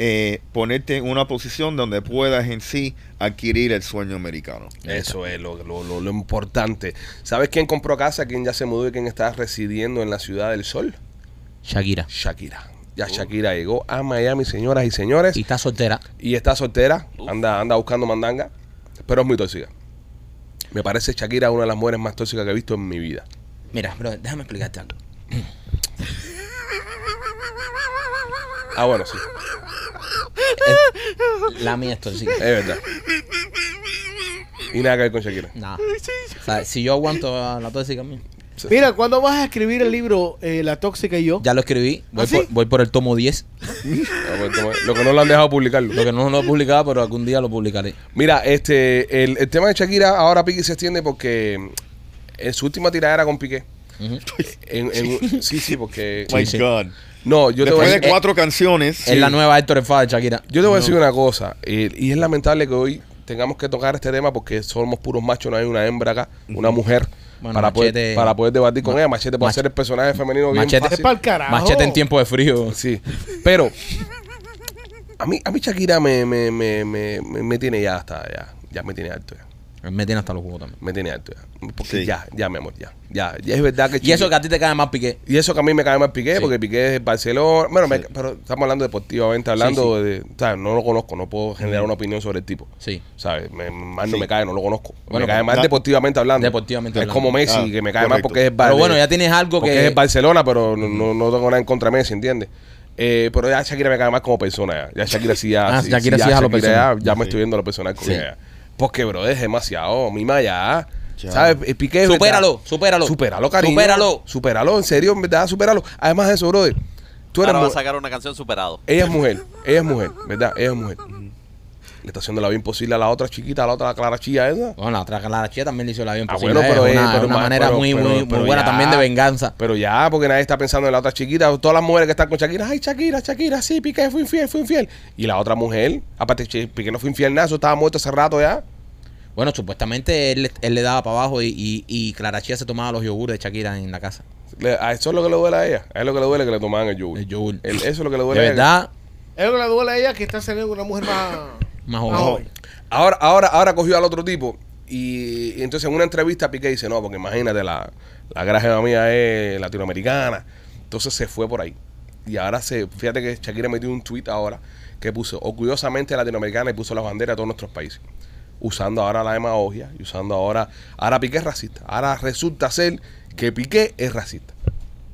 Speaker 4: eh, ponerte en una posición donde puedas en sí adquirir el sueño americano.
Speaker 3: Eh,
Speaker 1: Eso es lo, lo- lo- lo importante. ¿Sabes quién compró casa, quién ya se mudó y quién está residiendo en la Ciudad del Sol?
Speaker 3: Shakira.
Speaker 1: Shakira. Ya Shakira llegó a Miami, señoras y señores.
Speaker 3: Y está soltera.
Speaker 1: y está soltera, anda, anda buscando mandanga, pero es muy tóxica. Me parece Shakira una de las mujeres más tóxicas que he visto en mi vida.
Speaker 3: Mira, bro, déjame explicarte algo.
Speaker 1: Ah, bueno, sí,
Speaker 3: Es- la mía es tóxica.
Speaker 1: es verdad. Y nada que ver con Shakira.
Speaker 3: Nada. O sea, si yo aguanto a la tóxica mía.
Speaker 5: Mira, ¿cuándo vas a escribir el libro eh, La Tóxica y yo?
Speaker 3: Ya lo escribí. Voy,
Speaker 5: ¿Ah, sí?
Speaker 3: por, voy por el tomo 10.
Speaker 1: Ah, bueno, toma, Lo que no lo han dejado publicarlo.
Speaker 3: Lo que no lo he publicado, pero algún día lo publicaré.
Speaker 1: Mira, este, el, el tema de Shakira ahora Piqué se extiende porque en su última tiradera con Piqué. en- en un- sí, sí, porque.
Speaker 4: My
Speaker 3: sí.
Speaker 4: God.
Speaker 1: No, yo te voy a
Speaker 4: Después de
Speaker 1: decir- eh,
Speaker 4: cuatro canciones,
Speaker 3: Es la nueva Héctor Enfada de Shakira.
Speaker 1: Yo te voy a decir una cosa, eh, y es lamentable que hoy tengamos que tocar este tema porque somos puros machos, no hay una hembra acá, una mujer,
Speaker 3: Bueno,
Speaker 1: para, poder,
Speaker 3: Machete-
Speaker 1: para poder debatir con
Speaker 3: Ma-
Speaker 1: ella. Machete puede
Speaker 3: Mach-
Speaker 1: ser el personaje femenino bien
Speaker 3: Machete-
Speaker 1: fácil.
Speaker 5: Para el carajo.
Speaker 3: Machete en tiempo de frío.
Speaker 1: Sí, pero a mí, a mí Shakira me, me, me, me, me- me tiene ya hasta, ya, ya me tiene harto ya.
Speaker 3: Él Me tiene hasta los huevos también.
Speaker 1: Me tiene harto ya. Porque
Speaker 4: Sí.
Speaker 1: ya, ya, mi amor, ya. Ya, ya es verdad que
Speaker 3: Y eso
Speaker 1: Shakira-
Speaker 3: que a ti te cae más piqué.
Speaker 1: Y eso que a mí me cae más Piqué,
Speaker 3: Sí.
Speaker 1: porque Piqué es de Barcelona. Bueno, me- pero estamos hablando deportivamente, hablando de. O sea, no lo conozco, no puedo generar una opinión sobre el tipo.
Speaker 3: Sí.
Speaker 1: ¿Sabes? Me- más no
Speaker 4: Sí.
Speaker 1: me cae, no lo conozco.
Speaker 3: Bueno,
Speaker 1: me cae más
Speaker 4: na-
Speaker 1: deportivamente hablando.
Speaker 3: Deportivamente
Speaker 1: Es
Speaker 3: hablando.
Speaker 1: como Messi,
Speaker 4: Ah,
Speaker 1: que me cae más
Speaker 4: correcto.
Speaker 1: porque es
Speaker 3: Pero
Speaker 1: Bar-
Speaker 3: bueno, ya tienes algo
Speaker 1: porque
Speaker 3: que.
Speaker 1: es Barcelona, pero no, no, no tengo nada en contra de Messi, ¿entiendes? Eh, pero ya Shakira me cae más como persona. Ya, Ya Shakira sí ya.
Speaker 3: Ah, Shakira sí es a lo
Speaker 1: ya,
Speaker 3: personal.
Speaker 1: ya me estoy viendo a lo personal con
Speaker 3: Sí.
Speaker 1: ella. Porque, bro, es demasiado. Mima ya.
Speaker 4: Ya.
Speaker 1: ¿Sabes? Eh, Piqué es verdad.
Speaker 3: Supéralo, supéralo.
Speaker 1: Supéralo, cariño.
Speaker 3: Supéralo.
Speaker 1: Supéralo, en serio, en verdad, supéralo. Además de eso, brother, tú eres
Speaker 6: Ahora va a
Speaker 1: mu-
Speaker 6: sacar una canción superado.
Speaker 1: Ella es mujer, ella es mujer, ¿verdad? Ella es mujer. Le está haciendo la vida imposible a la otra chiquita, a la otra la clara chilla esa.
Speaker 3: Bueno, la otra la chía también le hizo la bien
Speaker 1: Ah,
Speaker 3: posible.
Speaker 1: bueno, pero
Speaker 3: es
Speaker 1: es-
Speaker 3: una,
Speaker 1: pero
Speaker 3: una
Speaker 1: más-
Speaker 3: manera
Speaker 1: pero-
Speaker 3: muy,
Speaker 1: pero-
Speaker 3: muy,
Speaker 1: pero
Speaker 3: muy buena
Speaker 1: ya.
Speaker 3: también de venganza.
Speaker 1: Pero ya, porque nadie está pensando en la otra chiquita. Todas las mujeres que están con Shakira, ay, Shakira, Shakira, sí, Piqué fue infiel, fue infiel. Y la otra mujer, aparte, che, Piqué no fue infiel nada, eso estaba muerto hace rato ya.
Speaker 3: Bueno, supuestamente él, él le daba para abajo y, y, y Clara Chía se tomaba los yogures de Shakira en la casa.
Speaker 1: Le- a eso es lo que le duele a ella. A él lo que le duele es que le tomaban el yogur.
Speaker 3: El yogur.
Speaker 1: El- eso es lo que le
Speaker 3: De
Speaker 1: duele a ella.
Speaker 3: verdad,
Speaker 5: Es lo que le duele a ella que está saliendo con una mujer más,
Speaker 3: Más
Speaker 4: Ah,
Speaker 5: más
Speaker 3: joven.
Speaker 1: Ahora, ahora, ahora cogió al otro tipo. Y, y entonces en una entrevista Piqué dice, no, porque imagínate, la, la graja mía es latinoamericana. Entonces se fue por ahí. Y ahora se, fíjate que Shakira metió un tweet ahora que puso, orgullosamente latinoamericana y puso las banderas de todos nuestros países. Usando ahora la demagogia y usando ahora, ahora Piqué es racista. Ahora resulta ser que Piqué es racista.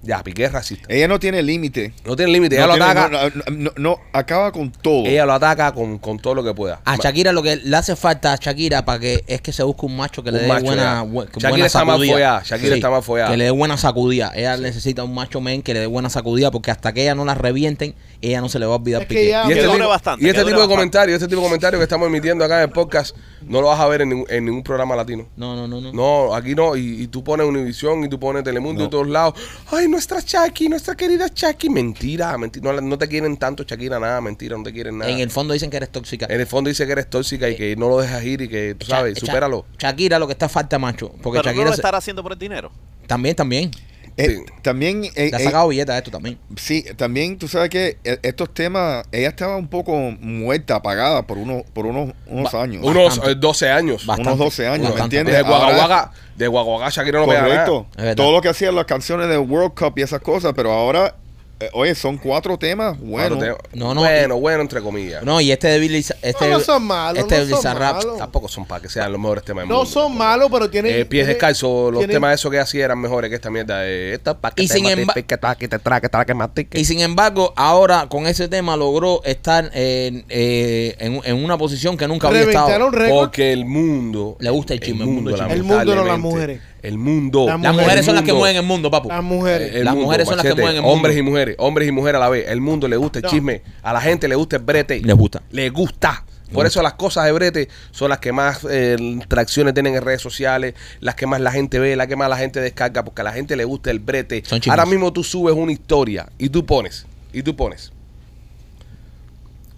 Speaker 1: Ya, Piqué es racista.
Speaker 4: ella no tiene límite.
Speaker 1: No tiene límite,
Speaker 4: Eh, No
Speaker 1: ella lo
Speaker 4: tiene-
Speaker 1: ataca.
Speaker 4: no, no- no, acaba con todo.
Speaker 1: Ella lo ataca con, con todo lo que pueda.
Speaker 3: a Shakira lo que le hace falta a Shakira para que es que se busque un macho que le
Speaker 1: Un
Speaker 3: dé
Speaker 1: macho, ya.
Speaker 3: buena, bu- que
Speaker 1: Shakira
Speaker 3: buena
Speaker 1: está más
Speaker 3: sacudida.
Speaker 1: follada, Shakira está más follada.
Speaker 3: Que le dé buena sacudida. Ella necesita un macho men que le dé buena sacudida porque hasta que ella no la revienten, ella no se le va a olvidar
Speaker 5: Es que
Speaker 3: Piqué.
Speaker 5: ya-
Speaker 1: Y
Speaker 5: Que
Speaker 1: este,
Speaker 5: dure
Speaker 1: tipo, y
Speaker 6: bastante, que
Speaker 1: este
Speaker 6: dure
Speaker 1: tipo de
Speaker 6: bastante.
Speaker 1: comentarios, este tipo de comentarios que estamos emitiendo acá en el podcast, no lo vas a ver en ningún, en ningún programa latino.
Speaker 3: No, no, no, no.
Speaker 1: No, aquí no. Y, y tú pones Univisión y tú pones Telemundo y
Speaker 4: No.
Speaker 1: todos lados. Ay, nuestra Chucky, nuestra querida Chucky. Mentira, mentira. No, la- no te quieren tanto, Shakira, nada, mentira, no te quieren nada.
Speaker 3: En el fondo dicen que eres tóxica.
Speaker 1: En el fondo dice que eres tóxica y que no lo dejas ir y que, tú
Speaker 3: Cha-
Speaker 1: sabes,
Speaker 3: Cha-
Speaker 1: supéralo.
Speaker 3: Shakira lo que está falta macho. Porque
Speaker 6: Pero no
Speaker 3: Shakira
Speaker 6: lo
Speaker 3: se-
Speaker 6: estará haciendo por el dinero.
Speaker 3: también, también.
Speaker 4: Eh,
Speaker 1: Sí.
Speaker 4: También eh,
Speaker 3: Le ha
Speaker 4: eh,
Speaker 3: sacado billetes a esto también.
Speaker 4: Sí, también tú sabes que eh, estos temas, ella estaba un poco muerta, apagada por unos, por unos, unos años.
Speaker 1: Unos
Speaker 3: Bastante.
Speaker 1: eh, 12 años.
Speaker 3: Bastante.
Speaker 4: Unos 12 años,
Speaker 3: Bastante.
Speaker 4: ¿me entiendes?
Speaker 1: De
Speaker 4: Ahora-
Speaker 1: Guagaguaga, de Guagaguaga, Shakira no pega nada.
Speaker 4: Correcto.
Speaker 3: Es verdad.
Speaker 4: Todo lo que hacían las canciones de World Cup y esas cosas, pero ahora, eh, oye, son cuatro temas. Bueno,
Speaker 1: Bueno,
Speaker 3: No, no.
Speaker 1: bueno, bueno, entre comillas.
Speaker 3: No, y este de Billy. Este,
Speaker 5: No, no son malos,
Speaker 3: Este
Speaker 5: no
Speaker 3: de
Speaker 5: son
Speaker 3: Bizarrap.
Speaker 5: malos.
Speaker 1: Tampoco son para que sean los mejores temas del
Speaker 5: No
Speaker 1: mundo.
Speaker 5: son malos, pero tienen...
Speaker 1: Eh, pies
Speaker 5: tienen-
Speaker 1: descalzos, los
Speaker 5: tienen-
Speaker 1: temas esos que hacía eran mejores que esta mierda de esta pa' que
Speaker 3: Y
Speaker 1: te
Speaker 3: sin
Speaker 1: mate,
Speaker 3: emba-
Speaker 1: pe- que ta- que te tra- que ta- que mate, que-
Speaker 3: Y sin embargo, ahora con ese tema logró estar en, eh, en, en una posición que nunca había
Speaker 5: Reventaron
Speaker 3: estado.
Speaker 5: récord.
Speaker 1: Porque el mundo.
Speaker 3: Le gusta el chisme, el mundo chisme.
Speaker 5: El mundo no, las
Speaker 1: lamentablemente,
Speaker 5: mujeres.
Speaker 1: El mundo.
Speaker 5: Las
Speaker 3: Las
Speaker 5: mujeres
Speaker 3: mujeres son las que
Speaker 1: mundo,
Speaker 3: mueven el mundo, papu.
Speaker 5: Las mujeres.
Speaker 1: el
Speaker 3: las
Speaker 1: mundo,
Speaker 3: mujeres son las que
Speaker 1: machete,
Speaker 3: mueven el mundo.
Speaker 1: Hombres y mujeres, hombres y mujeres a la vez. El mundo le gusta el
Speaker 5: No.
Speaker 1: chisme. A la gente le gusta el brete.
Speaker 3: Les gusta.
Speaker 1: Le gusta. Por eso las cosas de brete son las que más eh, tracciones tienen en redes sociales, las que más la gente ve, las que más la gente descarga, porque a la gente le gusta el brete.
Speaker 3: Son chismes.
Speaker 1: Ahora mismo tú subes una historia y tú pones, y tú pones.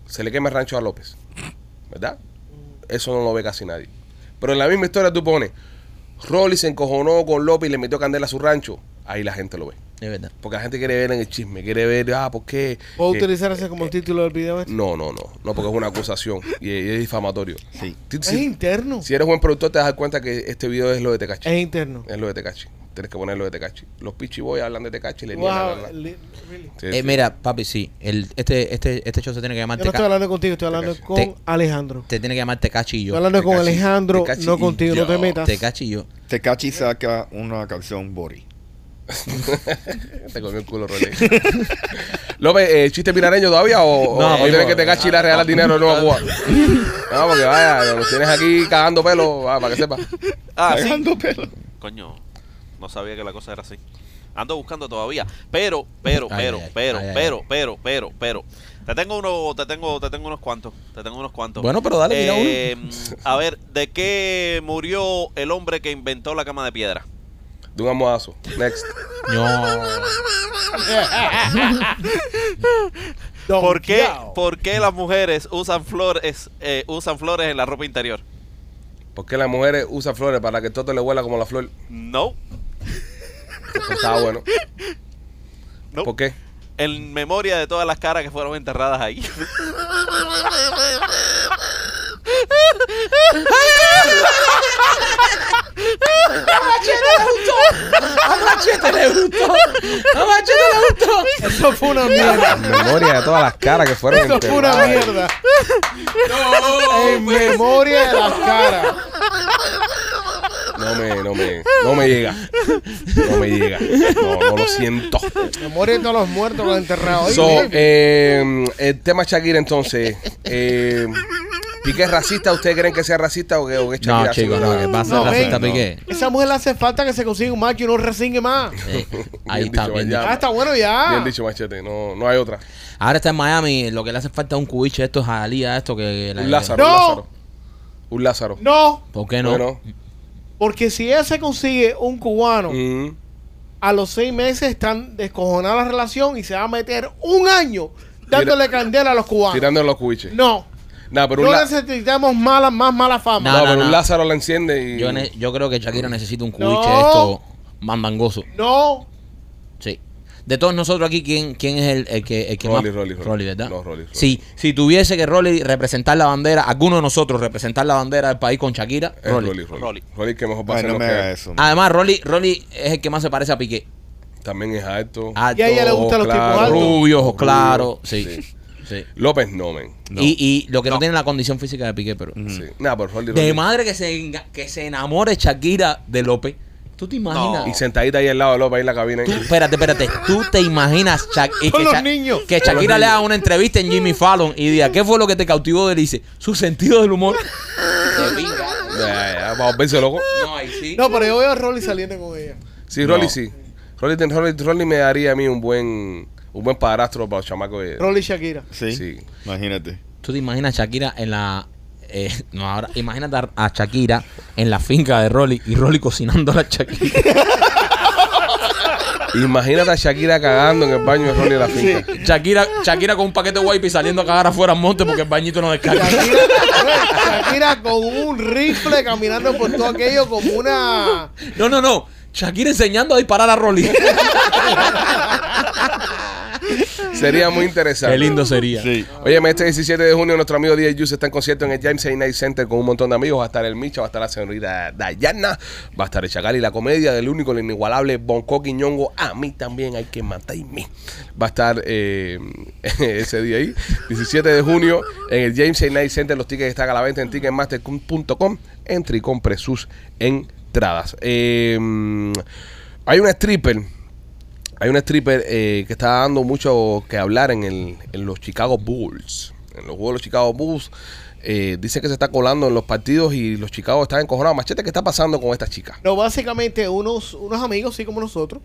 Speaker 1: Se le quema el rancho a López. ¿Verdad? Eso no lo ve casi nadie. Pero en la misma historia tú pones, Rolly se encojonó con López y le metió candela a su rancho. Ahí la gente lo ve.
Speaker 3: Es verdad.
Speaker 1: Porque la gente quiere ver en el chisme, quiere ver, ah, ¿por qué?
Speaker 5: ¿Puedo
Speaker 1: Eh,
Speaker 5: utilizar ese como el título del video? este?
Speaker 1: No, no, no, no, porque es una acusación y es, y es difamatorio.
Speaker 4: Sí.
Speaker 1: Si,
Speaker 5: Es
Speaker 1: si-
Speaker 5: interno.
Speaker 1: si eres buen productor, te das cuenta que este video es lo de Tecachi.
Speaker 5: Es interno.
Speaker 1: Es lo de Tecachi. Tienes que poner lo de Tecachi. Los pichiboy hablan de Tecachi y le niegan la
Speaker 5: Wow,
Speaker 1: verdad.
Speaker 5: li- really.
Speaker 1: Sí,
Speaker 3: Eh,
Speaker 1: sí.
Speaker 3: mira, papi, sí. El, este, este, este show se tiene que llamar
Speaker 5: Yo no
Speaker 3: Teca-
Speaker 5: estoy hablando contigo, estoy hablando
Speaker 1: Tecachi.
Speaker 5: con
Speaker 3: Te-
Speaker 5: Alejandro.
Speaker 3: Te tiene que llamar Tecachi y
Speaker 5: Estoy
Speaker 3: yo.
Speaker 5: hablando con
Speaker 1: Tecachi.
Speaker 5: Alejandro,
Speaker 1: Tecachi
Speaker 5: no
Speaker 1: y
Speaker 5: contigo, no te
Speaker 1: yo.
Speaker 5: metas.
Speaker 3: Tecachi y yo.
Speaker 4: Tecachi saca una canción Bori.
Speaker 1: Te comió el culo, Rolly. López, eh, ¿chiste pinareño todavía o,
Speaker 3: No,
Speaker 1: o
Speaker 3: primo,
Speaker 1: tienes que Tecachi ir a regalar dinero de nuevo a Cuba? No, porque vaya, lo tienes aquí cagando pelo, ah, para que sepas.
Speaker 6: Ah, sí.
Speaker 4: Cagando pelo.
Speaker 6: Coño, no sabía que la cosa era así. Ando buscando todavía, pero, pero,
Speaker 3: Ay,
Speaker 6: pero,
Speaker 3: ay, ay,
Speaker 6: pero,
Speaker 3: ay, ay,
Speaker 6: pero,
Speaker 3: ay.
Speaker 6: pero, pero, pero. Te tengo uno, te tengo, te tengo unos cuantos, te tengo unos cuantos.
Speaker 3: Bueno, pero dale, tira
Speaker 6: Eh, A ver, ¿de qué murió el hombre que inventó la cama de piedra?
Speaker 1: De un almohadazo. Next.
Speaker 3: No.
Speaker 6: ¿Por qué,
Speaker 5: Donkeado.
Speaker 6: por qué las mujeres usan flores, eh, usan flores en la ropa interior?
Speaker 1: ¿Por qué las mujeres usan flores para que todo le huela como la flor?
Speaker 6: No,
Speaker 1: Está bueno.
Speaker 6: no.
Speaker 1: ¿Por qué?
Speaker 6: En memoria de todas las caras que fueron enterradas ahí.
Speaker 5: Eso fue una mierda.
Speaker 1: Memoria de todas las caras que fueron.
Speaker 5: Eso Oh, fue una
Speaker 1: enterradas.
Speaker 5: mierda. En memoria de las caras.
Speaker 1: No me, no me, no me llega. No me llega. No, no lo siento.
Speaker 5: Memoria de todos los muertos, los enterrados. Ay,
Speaker 1: So,
Speaker 5: baby.
Speaker 1: eh, el tema Shakira entonces. Eh, ¿Piqué es racista? ¿Ustedes creen que sea racista o que, o que Shakira
Speaker 3: No,
Speaker 1: sea
Speaker 3: chicos, no,
Speaker 1: una-
Speaker 3: que pasa
Speaker 5: No,
Speaker 3: racista
Speaker 4: no.
Speaker 3: Piqué.
Speaker 5: Esa mujer le hace falta que se consiga un macho y no resingue más.
Speaker 3: Eh, ahí
Speaker 1: Bien
Speaker 3: está,
Speaker 1: dicho,
Speaker 3: bien
Speaker 1: vaya.
Speaker 5: Ah, está bueno
Speaker 1: Bien
Speaker 5: ya.
Speaker 1: dicho, machete. No, no hay otra.
Speaker 3: dicho. Ahora está en Miami, lo que le hace falta es un cubiche, esto es Alía, esto que... la-
Speaker 1: Un Lázaro.
Speaker 5: No.
Speaker 1: Un Lázaro. Un Lázaro.
Speaker 5: No,
Speaker 3: ¿Por qué no?
Speaker 1: Bueno.
Speaker 5: porque si ella se consigue un cubano,
Speaker 1: mm,
Speaker 5: a los seis meses están descojonada la relación y se va a meter un año dándole candela a los cubanos.
Speaker 1: tirando los cuiches. No,
Speaker 5: No,
Speaker 1: pero
Speaker 5: no
Speaker 1: un, la-
Speaker 5: necesitamos mala, más mala fama.
Speaker 1: no,
Speaker 3: No,
Speaker 1: pero
Speaker 3: no,
Speaker 1: un
Speaker 3: no.
Speaker 1: Lázaro la enciende y.
Speaker 3: Yo, ne- yo creo que Shakira necesita un
Speaker 5: No.
Speaker 3: cubiche, esto mandangoso.
Speaker 5: No,
Speaker 3: Sí. De todos nosotros aquí, ¿quién, quién es el, el que, el que
Speaker 1: Rolly,
Speaker 3: más?
Speaker 1: Rolly, Rolly.
Speaker 3: ¿verdad?
Speaker 1: No, Rolly, Rolly.
Speaker 3: Si, si tuviese que Rolly representar la bandera, alguno de nosotros representar la bandera del país con Shakira,
Speaker 1: Es
Speaker 3: Rolly.
Speaker 1: Rolly, Rolly.
Speaker 6: Rolly.
Speaker 1: Rolly, que mejor
Speaker 4: Ay,
Speaker 1: pasa
Speaker 4: no
Speaker 1: lo
Speaker 4: me
Speaker 1: que-
Speaker 4: haga eso.
Speaker 3: Además, Rolly, Rolly es el que más se parece a Piqué.
Speaker 1: También es alto.
Speaker 3: Alto,
Speaker 5: Y a ella le gusta- gustan los tipos altos.
Speaker 3: rubio, ojos claros.
Speaker 1: Rubio,
Speaker 3: Sí.
Speaker 1: sí.
Speaker 3: sí.
Speaker 1: López no, men.
Speaker 3: Y, y lo que no. tiene la condición física de Piqué, pero.
Speaker 1: Sí. Nada, pero Rolly,
Speaker 3: De
Speaker 1: Rolly.
Speaker 3: madre que se, enga- que se enamore Shakira de López. ¿Tú te imaginas?
Speaker 1: Y sentadita ahí al lado de López ahí en la cabina.
Speaker 3: Tú, espérate, espérate. ¿Tú te imaginas Shak- y
Speaker 5: Con
Speaker 3: que,
Speaker 5: los
Speaker 3: Sha-
Speaker 5: niños.
Speaker 3: que
Speaker 1: Con los
Speaker 3: Shakira le
Speaker 1: niños.
Speaker 3: haga una entrevista en Jimmy Fallon y diga, ¿qué fue lo que te cautivó de él? Y dice, su sentido del humor. De pinga.
Speaker 1: Ya, ya, Vamos a verse loco.
Speaker 3: No, ahí sí.
Speaker 5: no, pero yo veo a Rolly saliendo con ella.
Speaker 1: Sí, Rolly sí. Rolly, ten- Rolly- Rolly me daría a mí un buen un buen padrastro para los chamacos. de-
Speaker 5: Rolly Shakira.
Speaker 4: Sí.
Speaker 1: Sí.
Speaker 4: Imagínate.
Speaker 3: ¿Tú te imaginas Shakira en la... eh, no, ahora imagínate a- a Shakira en la finca de Rolly y Rolly cocinando a la Shakira.
Speaker 1: Imagínate a Shakira cagando en el baño de Rolly de la finca.
Speaker 3: Shakira, Shakira con un paquete de wipe y saliendo a cagar afuera al monte porque el bañito no descarga.
Speaker 5: Shakira, Shakira con un rifle caminando por todo aquello como una...
Speaker 3: No, no, no. Shakira enseñando a disparar a Rolly.
Speaker 1: Sería muy interesante.
Speaker 3: Qué lindo sería.
Speaker 4: Sí.
Speaker 1: Óyeme, este 17 de junio nuestro amigo DJ Juice está en concierto en el James A. Knight Center con un montón de amigos. Va a estar el Micha, va a estar la señorita Dayana, va a estar el Chacal y la comedia del único, el inigualable Bonco Quiñongo. A mí también hay que matarme. Va a estar eh, ese día ahí, 17 de junio, en el James A. Knight Center. Los tickets están a la venta en ticketmaster.com. Entra y compre sus entradas. Eh, hay una stripper hay una stripper eh, que está dando mucho que hablar en, el, en los Chicago Bulls. En los juegos de los Chicago Bulls. eh, dice que se está colando en los partidos y los Chicago están encojonados. Machete, ¿qué está pasando con esta chica?
Speaker 5: No, básicamente unos, unos amigos, así como nosotros,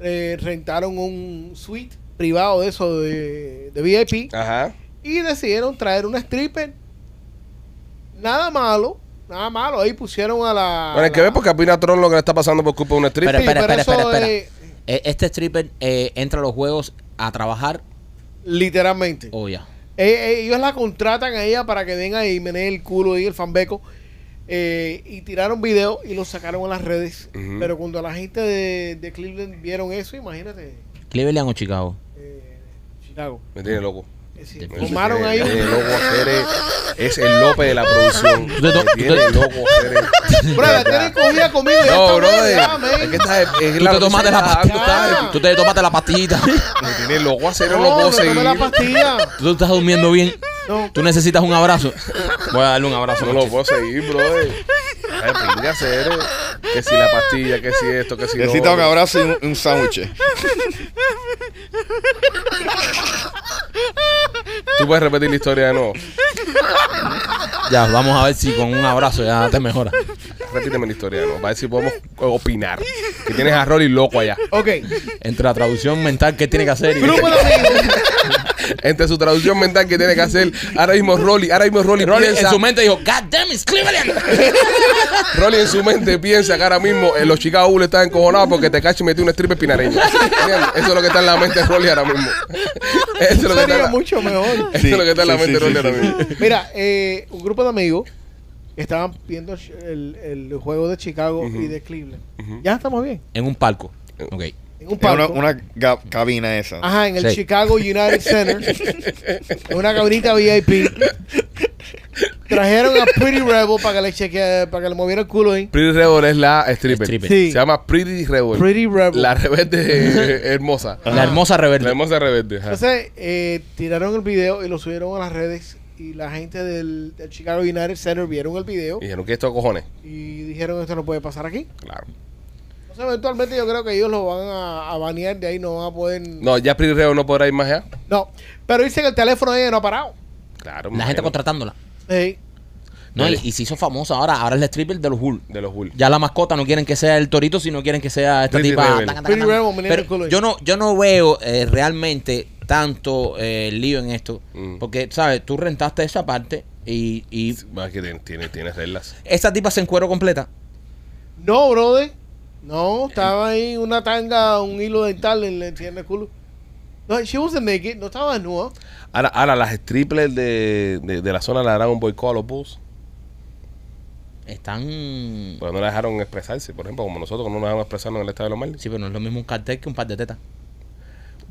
Speaker 5: eh, rentaron un suite privado de eso de, de VIP
Speaker 1: Ajá.
Speaker 5: y decidieron traer una stripper. Nada malo, nada malo. Ahí pusieron a la...
Speaker 1: Bueno, hay que
Speaker 5: la-
Speaker 1: ver porque opina Tron lo que le está pasando por culpa de una
Speaker 3: Espera,
Speaker 1: stripper.
Speaker 3: espera,
Speaker 5: pero
Speaker 3: espera,
Speaker 5: eso
Speaker 3: espera, espera.
Speaker 5: es-
Speaker 3: Eh, Este stripper eh, entra a los juegos a trabajar
Speaker 5: Literalmente.
Speaker 1: Oh.
Speaker 5: E,
Speaker 3: o ya.
Speaker 5: Eh, eh, ellos la contratan a ella para que venga y menee el culo y el fanbeco. eh, y tiraron video y lo sacaron a las redes.
Speaker 1: Ujú.
Speaker 5: Pero cuando la gente de, de Cleveland vieron eso, imagínate,
Speaker 3: Cleveland o Chicago.
Speaker 5: eh, Chicago.
Speaker 1: Me tiene loco.
Speaker 5: Es
Speaker 3: De-
Speaker 5: decir,
Speaker 1: Me
Speaker 5: formaron
Speaker 1: tiene-
Speaker 5: ahí.
Speaker 1: me tiene loco Jerez. es el López de la producción.
Speaker 3: te to-
Speaker 1: Me tiene
Speaker 3: tú te-
Speaker 1: loco Jerez.
Speaker 5: Brother, tienen cogida conmigo. y esta
Speaker 1: No, bro.
Speaker 5: madre, ah, man.
Speaker 1: Es que esta es, es
Speaker 3: Tú te tomaste la
Speaker 1: noticia,
Speaker 3: pastillita.
Speaker 5: Ah.
Speaker 3: Tú te tomaste la pastillita.
Speaker 1: Me tiene loco hacer e, no,
Speaker 5: No,
Speaker 1: lo puedo
Speaker 5: me tomé
Speaker 1: seguir.
Speaker 5: la pastilla.
Speaker 3: Tú estás durmiendo bien.
Speaker 5: No.
Speaker 3: Tú necesitas un abrazo. Voy a darle un abrazo.
Speaker 1: No lo puedo seguir, bro. Ay, pinga, Jerez. eh. Que si la pastilla, que si esto, que si lo
Speaker 4: Necesita un
Speaker 1: otro.
Speaker 4: abrazo y un, un sándwich.
Speaker 1: Tú puedes repetir la historia de nuevo.
Speaker 3: Ya, vamos a ver si con un abrazo ya te mejora.
Speaker 1: Repíteme la historia de nuevo. Para ver si podemos opinar. Que tienes a Rolly loco allá.
Speaker 5: Ok.
Speaker 3: Entre la traducción mental que tiene que hacer y
Speaker 5: Grupo de amigos.
Speaker 1: Entre su traducción mental que tiene que hacer ahora mismo Rolly, ahora mismo Rolly,
Speaker 3: Rolly en
Speaker 1: piensa,
Speaker 3: su mente dijo, God damn it's Cleveland.
Speaker 1: Rolly en su mente piensa que ahora mismo eh, los Chicago Bulls están encojonados porque Tecachi metió un strip pinareño. ¿Entiendes? Eso es lo que está en la mente de Rolly ahora mismo. Eso es lo que está en
Speaker 5: Sería
Speaker 1: la,
Speaker 5: mucho mejor.
Speaker 1: eso es lo que está en la
Speaker 4: Sí,
Speaker 1: mente de
Speaker 4: sí,
Speaker 1: Rolly
Speaker 4: sí,
Speaker 1: ahora
Speaker 4: sí.
Speaker 1: mismo.
Speaker 5: Mira, eh, un grupo de amigos estaban viendo el, el juego de Chicago y de Cleveland. Ya estamos bien.
Speaker 3: En un palco. Ok.
Speaker 5: En un
Speaker 4: Es una,
Speaker 5: palco.
Speaker 4: una ga- cabina esa.
Speaker 5: Ajá, en el
Speaker 3: Sí.
Speaker 5: Chicago United Center. en una cabinita VIP. Trajeron a Pretty Rebel para que le chequea, para que le moviera el culo ahí.
Speaker 1: Pretty Rebel es la stripper.
Speaker 3: Stripper.
Speaker 5: Sí.
Speaker 1: Se llama Pretty Rebel.
Speaker 5: Pretty Rebel.
Speaker 1: La rebelde eh, hermosa.
Speaker 3: La hermosa
Speaker 1: La
Speaker 3: rebelde.
Speaker 1: hermosa rebelde. ajá.
Speaker 5: Entonces, eh, tiraron el video y lo subieron a las redes. Y la gente del, del Chicago United Center vieron el video
Speaker 1: Y Dijeron que estos cojones.
Speaker 5: y dijeron esto no puede pasar aquí.
Speaker 1: Claro.
Speaker 5: Entonces, eventualmente yo creo que ellos lo van a, a banear de ahí, no van a poder... No.
Speaker 1: No, ya Pretty Rebel no podrá ir más allá.
Speaker 5: Pero dicen que el teléfono de ella no ha parado.
Speaker 1: Claro.
Speaker 3: La gente
Speaker 1: imagino.
Speaker 3: contratándola.
Speaker 5: Sí.
Speaker 3: No, y,
Speaker 1: Dale.
Speaker 3: y se hizo famosa ahora. Ahora es la stripper de los Hulk.
Speaker 1: De los Bulls.
Speaker 3: Ya la mascota no quieren que sea el torito, sino quieren que sea esta
Speaker 1: Pretty
Speaker 3: tipa.
Speaker 1: Rebel.
Speaker 3: Taca, taca,
Speaker 5: Pretty
Speaker 3: taca.
Speaker 5: Rebel, Millennium
Speaker 3: Pero
Speaker 5: Colony.
Speaker 3: yo no, yo no veo eh, realmente tanto eh, lío en esto.
Speaker 1: Mm.
Speaker 3: Porque, ¿sabes? Tú rentaste esa parte y, y
Speaker 1: Va, que tiene, tiene, tiene reglas.
Speaker 3: esta tipa se encuero completa.
Speaker 5: No, brother. No, estaba ahí una tanga, un hilo dental en el, en el culo. No, she wasn't naked, no estaba desnuda.
Speaker 1: Ahora, ahora las strippers de, de, de la zona le harán un boicot a los Bulls.
Speaker 3: Están.
Speaker 1: Porque no la dejaron expresarse. Por ejemplo, como nosotros que no nos dejaron expresarnos en el estado de los Marlins.
Speaker 3: Sí, pero no es lo mismo un cartel que un par de tetas.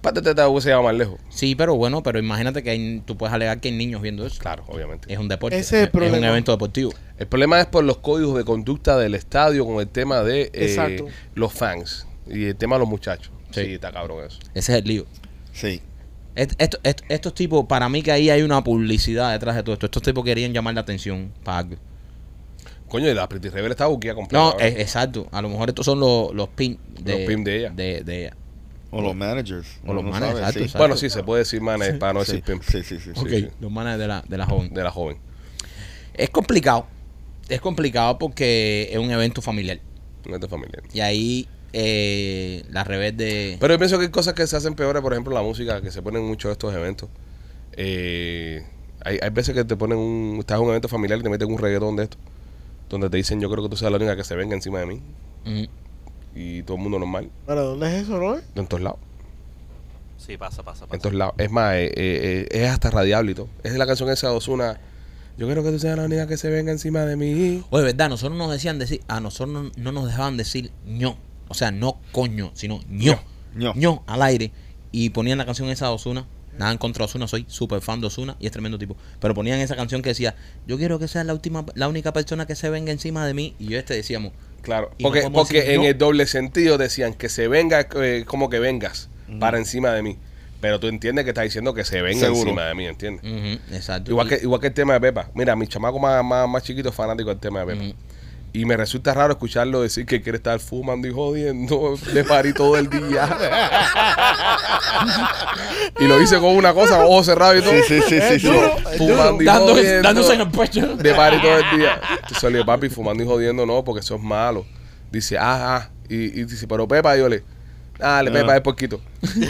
Speaker 1: Parte de esta hubiese llegado más lejos.
Speaker 3: Sí, pero bueno, pero imagínate que hay- tú puedes alegar que hay niños viendo eso.
Speaker 1: Claro, obviamente.
Speaker 3: Es un deporte.
Speaker 5: Ese es el
Speaker 3: Es un
Speaker 5: problema.
Speaker 3: evento deportivo.
Speaker 1: El problema es por los códigos de conducta del estadio con el tema de eh,
Speaker 5: Exacto.
Speaker 1: los fans y el tema de los muchachos. Sí,
Speaker 3: Sí.
Speaker 1: está cabrón eso.
Speaker 3: Ese es el lío.
Speaker 4: Sí.
Speaker 3: Est- esto- est- estos tipos, para mí que ahí hay una publicidad detrás de todo esto. Estos tipos querían llamar la atención para algo.
Speaker 1: Coño, y la Pretty Rebel está buquía completa.
Speaker 3: No, eh,
Speaker 1: ¿verdad?
Speaker 3: es- exacto. A lo mejor estos son los, los pin de,
Speaker 1: Los pin de ella.
Speaker 3: De, de ella.
Speaker 4: O los managers.
Speaker 3: O los
Speaker 4: Uno
Speaker 3: managers,
Speaker 4: sabe,
Speaker 3: exacto,
Speaker 1: bueno, sí, se puede decir manes para no
Speaker 4: sí.
Speaker 1: decir pimp.
Speaker 4: Sí, sí, sí.
Speaker 1: Sí,
Speaker 3: Ok,
Speaker 1: sí.
Speaker 3: los manes de la, de la joven.
Speaker 1: De la joven.
Speaker 3: Es complicado. Es complicado porque es un evento familiar.
Speaker 1: No es de familia.
Speaker 3: Y ahí eh, la rebelde.
Speaker 1: Pero yo pienso que hay cosas que se hacen peores, por ejemplo, la música, que se ponen mucho de estos eventos. Eh, hay, hay veces que te ponen un. Estás en un evento familiar y te meten un reggaetón de esto. Donde te dicen, yo creo que tú seas la única que se venga encima de mí.
Speaker 3: Mm.
Speaker 1: Y todo el mundo normal.
Speaker 5: Pero, ¿dónde es eso, no?
Speaker 1: En todos lados.
Speaker 6: Sí, pasa, pasa, pasa.
Speaker 1: En todos lados. Es más, eh, eh, eh, es hasta radiable y todo. Es la canción esa de Osuna. Yo creo que tú seas la única que se venga encima de mí.
Speaker 3: Oye, ¿verdad? Nosotros nos decían decir. A nosotros no, no nos dejaban decir ño. O sea, no coño, sino ño.
Speaker 4: Ño.
Speaker 3: ño. al aire. Y ponían la canción esa de Osuna. Nada en contra de Osuna, soy súper fan de Osuna y es tremendo tipo. Pero ponían esa canción que decía: Yo quiero que seas la última, la única persona que se venga encima de mí. Y yo este decíamos:
Speaker 1: Claro.
Speaker 3: Y no
Speaker 1: Porque,
Speaker 3: podemos
Speaker 1: porque
Speaker 3: decir
Speaker 1: en
Speaker 3: no.
Speaker 1: el doble sentido decían que se venga eh, como que vengas para encima de mí. Pero tú entiendes que estás diciendo que se venga
Speaker 4: Seguro.
Speaker 1: encima de mí, ¿entiendes?
Speaker 3: Ujú, exacto.
Speaker 1: Igual
Speaker 3: Y-
Speaker 1: que, igual que el tema de Pepa. Mira, mi chamaco más, más, más chiquito es fanático del tema de Pepa.
Speaker 3: Ujú.
Speaker 1: Y me resulta raro escucharlo decir que quiere estar fumando y jodiendo de party todo el día. y lo hice con una cosa, ojos cerrados y todo.
Speaker 4: Sí, sí, sí, sí, sí.
Speaker 1: Fumando y
Speaker 3: Dándose-
Speaker 1: jodiendo.
Speaker 3: dándose en el pecho.
Speaker 1: De party todo el día. Entonces yo le digo, papi, fumando y jodiendo no, porque eso es malo. Dice, ah, ah. Y, y dice, pero Pepa, y yo le... Dale, Pepa, es poquito.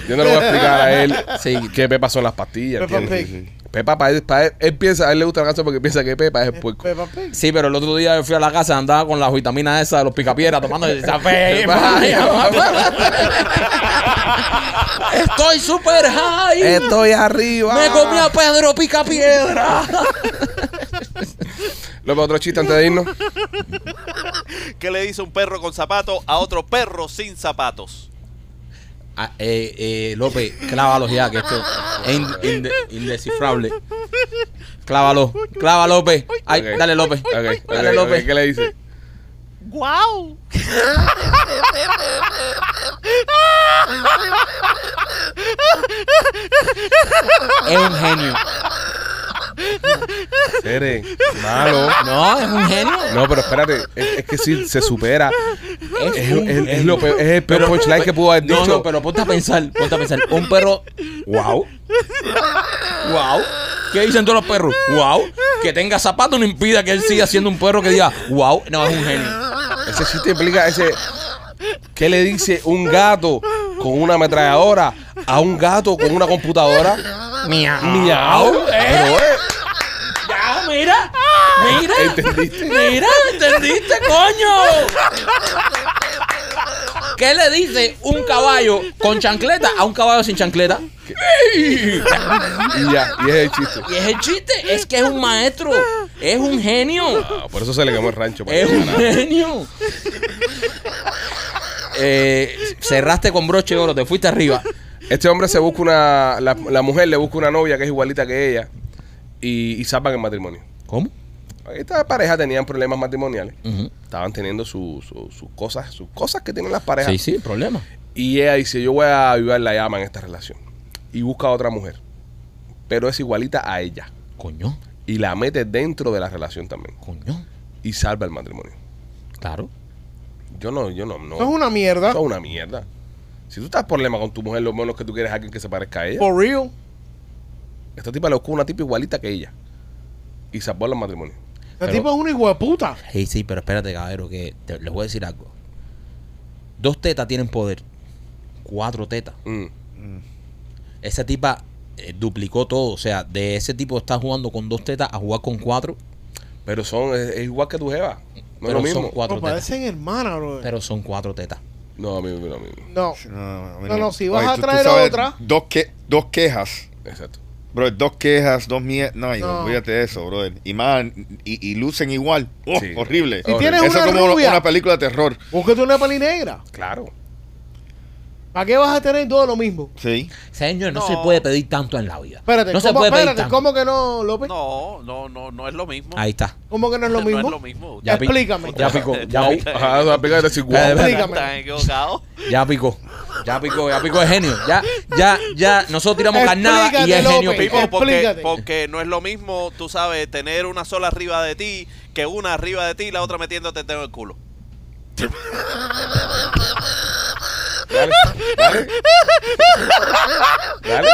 Speaker 1: Yo no le voy a explicar a él
Speaker 3: Sí.
Speaker 1: qué Pepa son las pastillas.
Speaker 5: Peppa
Speaker 1: ¿entiendes?
Speaker 5: Pig.
Speaker 4: sí, sí.
Speaker 1: Pepa, para él, para él, él piensa, a él le gusta la canción porque piensa que Pepa es el puerco.
Speaker 5: Peppa Pig.
Speaker 3: Sí, pero el otro día yo fui a la casa, andaba con las vitaminas esas de los picapieras, tomando esa fe. Estoy súper high.
Speaker 1: Estoy arriba.
Speaker 3: Me comí a Pedro Picapiedra.
Speaker 1: López, otro chiste antes de irnos.
Speaker 6: ¿Qué le dice un perro con zapatos a otro perro sin zapatos?
Speaker 3: Ah, eh, eh, López, clávalos ya, que esto es in- inde- indescifrable. Clávalo, clava López. Ay,
Speaker 1: Ok.
Speaker 3: dale López.
Speaker 1: Ok,
Speaker 3: Dale
Speaker 1: ok,
Speaker 3: López.
Speaker 1: ok, ¿Qué le dice?
Speaker 6: ¡Guau!
Speaker 3: Es un genio.
Speaker 1: Sere, malo.
Speaker 3: No, es un genio.
Speaker 1: No, pero espérate, es, es que si se supera.
Speaker 3: Es,
Speaker 1: Es, es-
Speaker 3: un
Speaker 1: es
Speaker 3: genio.
Speaker 1: lo peor- es el peor punchline que pudo haber
Speaker 3: No,
Speaker 1: dicho.
Speaker 3: no, pero ponte a pensar, ponte a pensar. Un perro, wow. Wow. ¿Qué dicen todos los perros? Wow. Que tenga zapatos no impida que él siga siendo un perro que diga, wow. No, es un genio.
Speaker 1: Ese chiste implica ese. ¿Qué le dice un gato con una ametralladora a un gato con una computadora?
Speaker 7: Miau.
Speaker 1: ¡Miau! Pero, eh,
Speaker 3: Ya, mira. Mira.
Speaker 1: ¿Entendiste?
Speaker 3: Mira, ¿entendiste, coño? ¿Qué le dice un caballo con chancleta a un caballo sin chancleta?
Speaker 1: y ya, y es el chiste.
Speaker 3: Y es el chiste, es que es un maestro, es un genio.
Speaker 1: Ah, por eso se le quemó el rancho. para
Speaker 3: Es
Speaker 1: que
Speaker 3: un
Speaker 1: ganara.
Speaker 3: genio. Eh, cerraste con broche de oro, te fuiste arriba.
Speaker 1: Este hombre se busca una. La, la mujer le busca una novia que es igualita que ella y, y salvan el matrimonio.
Speaker 3: ¿Cómo?
Speaker 1: Esta pareja tenían problemas matrimoniales. Estaban teniendo su- su- sus cosas, sus cosas que tienen las parejas.
Speaker 3: Sí, sí, problema.
Speaker 1: Y ella dice, yo voy a avivar la llama en esta relación. Y busca a otra mujer. Pero es igualita a ella.
Speaker 3: Coño,
Speaker 1: Y la mete dentro de la relación también.
Speaker 3: coño.
Speaker 1: Y salva el matrimonio.
Speaker 3: Claro.
Speaker 1: Yo no, yo no, no.
Speaker 5: Eso es una mierda.
Speaker 1: Eso es una mierda. Si tú estás problema con tu mujer, lo menos que tú quieres es alguien que se parezca a ella.
Speaker 5: For real.
Speaker 1: Esta tipa le buscó una tipa igualita que ella. Y salvó el matrimonio.
Speaker 5: El tipo es un hijo de puta.
Speaker 3: Sí, sí, pero espérate, caballero, que te- les voy a decir algo. Dos tetas tienen poder. Cuatro tetas.
Speaker 1: Mm.
Speaker 3: Esa tipa eh, duplicó todo. O sea, de ese tipo está jugando con dos tetas a jugar con cuatro.
Speaker 1: Pero son, es, es igual que tu jeva. No es
Speaker 3: pero
Speaker 1: lo mismo.
Speaker 3: son cuatro
Speaker 5: No,
Speaker 3: tetas.
Speaker 5: parecen hermanas, bro.
Speaker 3: Pero son cuatro tetas.
Speaker 1: No, amigo, no, amigo.
Speaker 5: no.
Speaker 4: No,
Speaker 5: No, no, si vas a traer otra-
Speaker 4: Dos, que, dos quejas.
Speaker 1: Exacto.
Speaker 4: Bro, dos quejas, dos mierdas. No, hijo,
Speaker 5: No.
Speaker 4: olvídate de eso, brother. Y más, y, y lucen igual. Oh,
Speaker 1: Sí.
Speaker 4: Horrible.
Speaker 1: Si tienes
Speaker 4: eso
Speaker 5: una
Speaker 4: es como
Speaker 5: rubia-
Speaker 4: una película de terror.
Speaker 5: Búscate una peli negra.
Speaker 1: Claro.
Speaker 5: ¿Para qué vas a tener todo lo mismo?
Speaker 4: Sí.
Speaker 3: Señor, no,
Speaker 6: No.
Speaker 3: se puede pedir tanto en la vida.
Speaker 5: Espérate,
Speaker 3: no
Speaker 5: ¿cómo,
Speaker 3: se puede pedir
Speaker 5: espérate,
Speaker 3: tanto.
Speaker 5: ¿cómo que no, López?
Speaker 6: No, no, no, no es lo mismo.
Speaker 3: Ahí está.
Speaker 5: ¿Cómo que no es lo mismo?
Speaker 6: pues. No es lo mismo.
Speaker 3: Ya pi-
Speaker 5: Explícame.
Speaker 3: Ya picó, ya, pi-
Speaker 1: Ajá, esa pica de decir, guau.
Speaker 3: Espérate,
Speaker 5: Explícame.
Speaker 6: Están equivocados.
Speaker 3: ya picó. Ya picó, ya picó es genio. Ya, ya, ya, nosotros tiramos carnada y
Speaker 5: Explícate,
Speaker 3: es genio.
Speaker 5: López.
Speaker 3: picó.
Speaker 6: Pipo, porque,
Speaker 5: Explícate.
Speaker 6: porque no es lo mismo, tú sabes, tener una sola arriba de ti que una arriba de ti y la otra metiéndote en el culo.
Speaker 1: Dale, dale. Dale.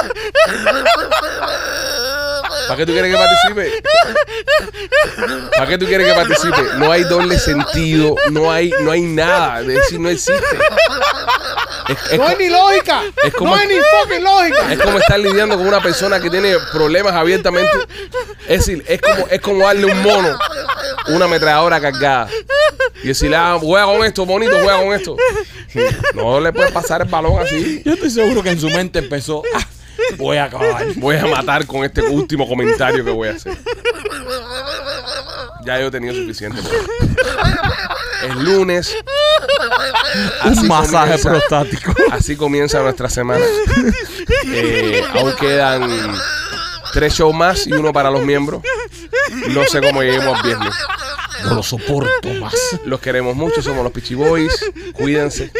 Speaker 1: ¿Para qué tú quieres que participe? ¿Para qué tú quieres que participe? No hay doble sentido, no hay, no hay nada, es decir, no existe. Es, es
Speaker 5: No hay
Speaker 1: co-
Speaker 5: ni lógica.
Speaker 1: es como-
Speaker 5: No hay ni fucking lógica.
Speaker 1: es como estar lidiando con una persona que tiene problemas abiertamente. Es decir, es como, es como darle un mono una ametralladora cargada. Y decirle, ah, juega con esto, bonito, juega con esto. No le puedes pasar el balón así.
Speaker 3: Yo estoy seguro que en su mente empezó. "Ah, voy a acabar.
Speaker 1: Voy a matar con este último comentario que voy a hacer. Ya yo he tenido suficiente. por hoy. Es lunes. Así
Speaker 3: Un masaje
Speaker 1: comienza-
Speaker 3: prostático.
Speaker 1: Así comienza nuestra semana. Eh, aún quedan tres shows más y uno para los miembros. No sé cómo lleguemos al viernes.
Speaker 3: No lo soporto más.
Speaker 1: Los queremos mucho, somos los Pichiboys. Cuídense.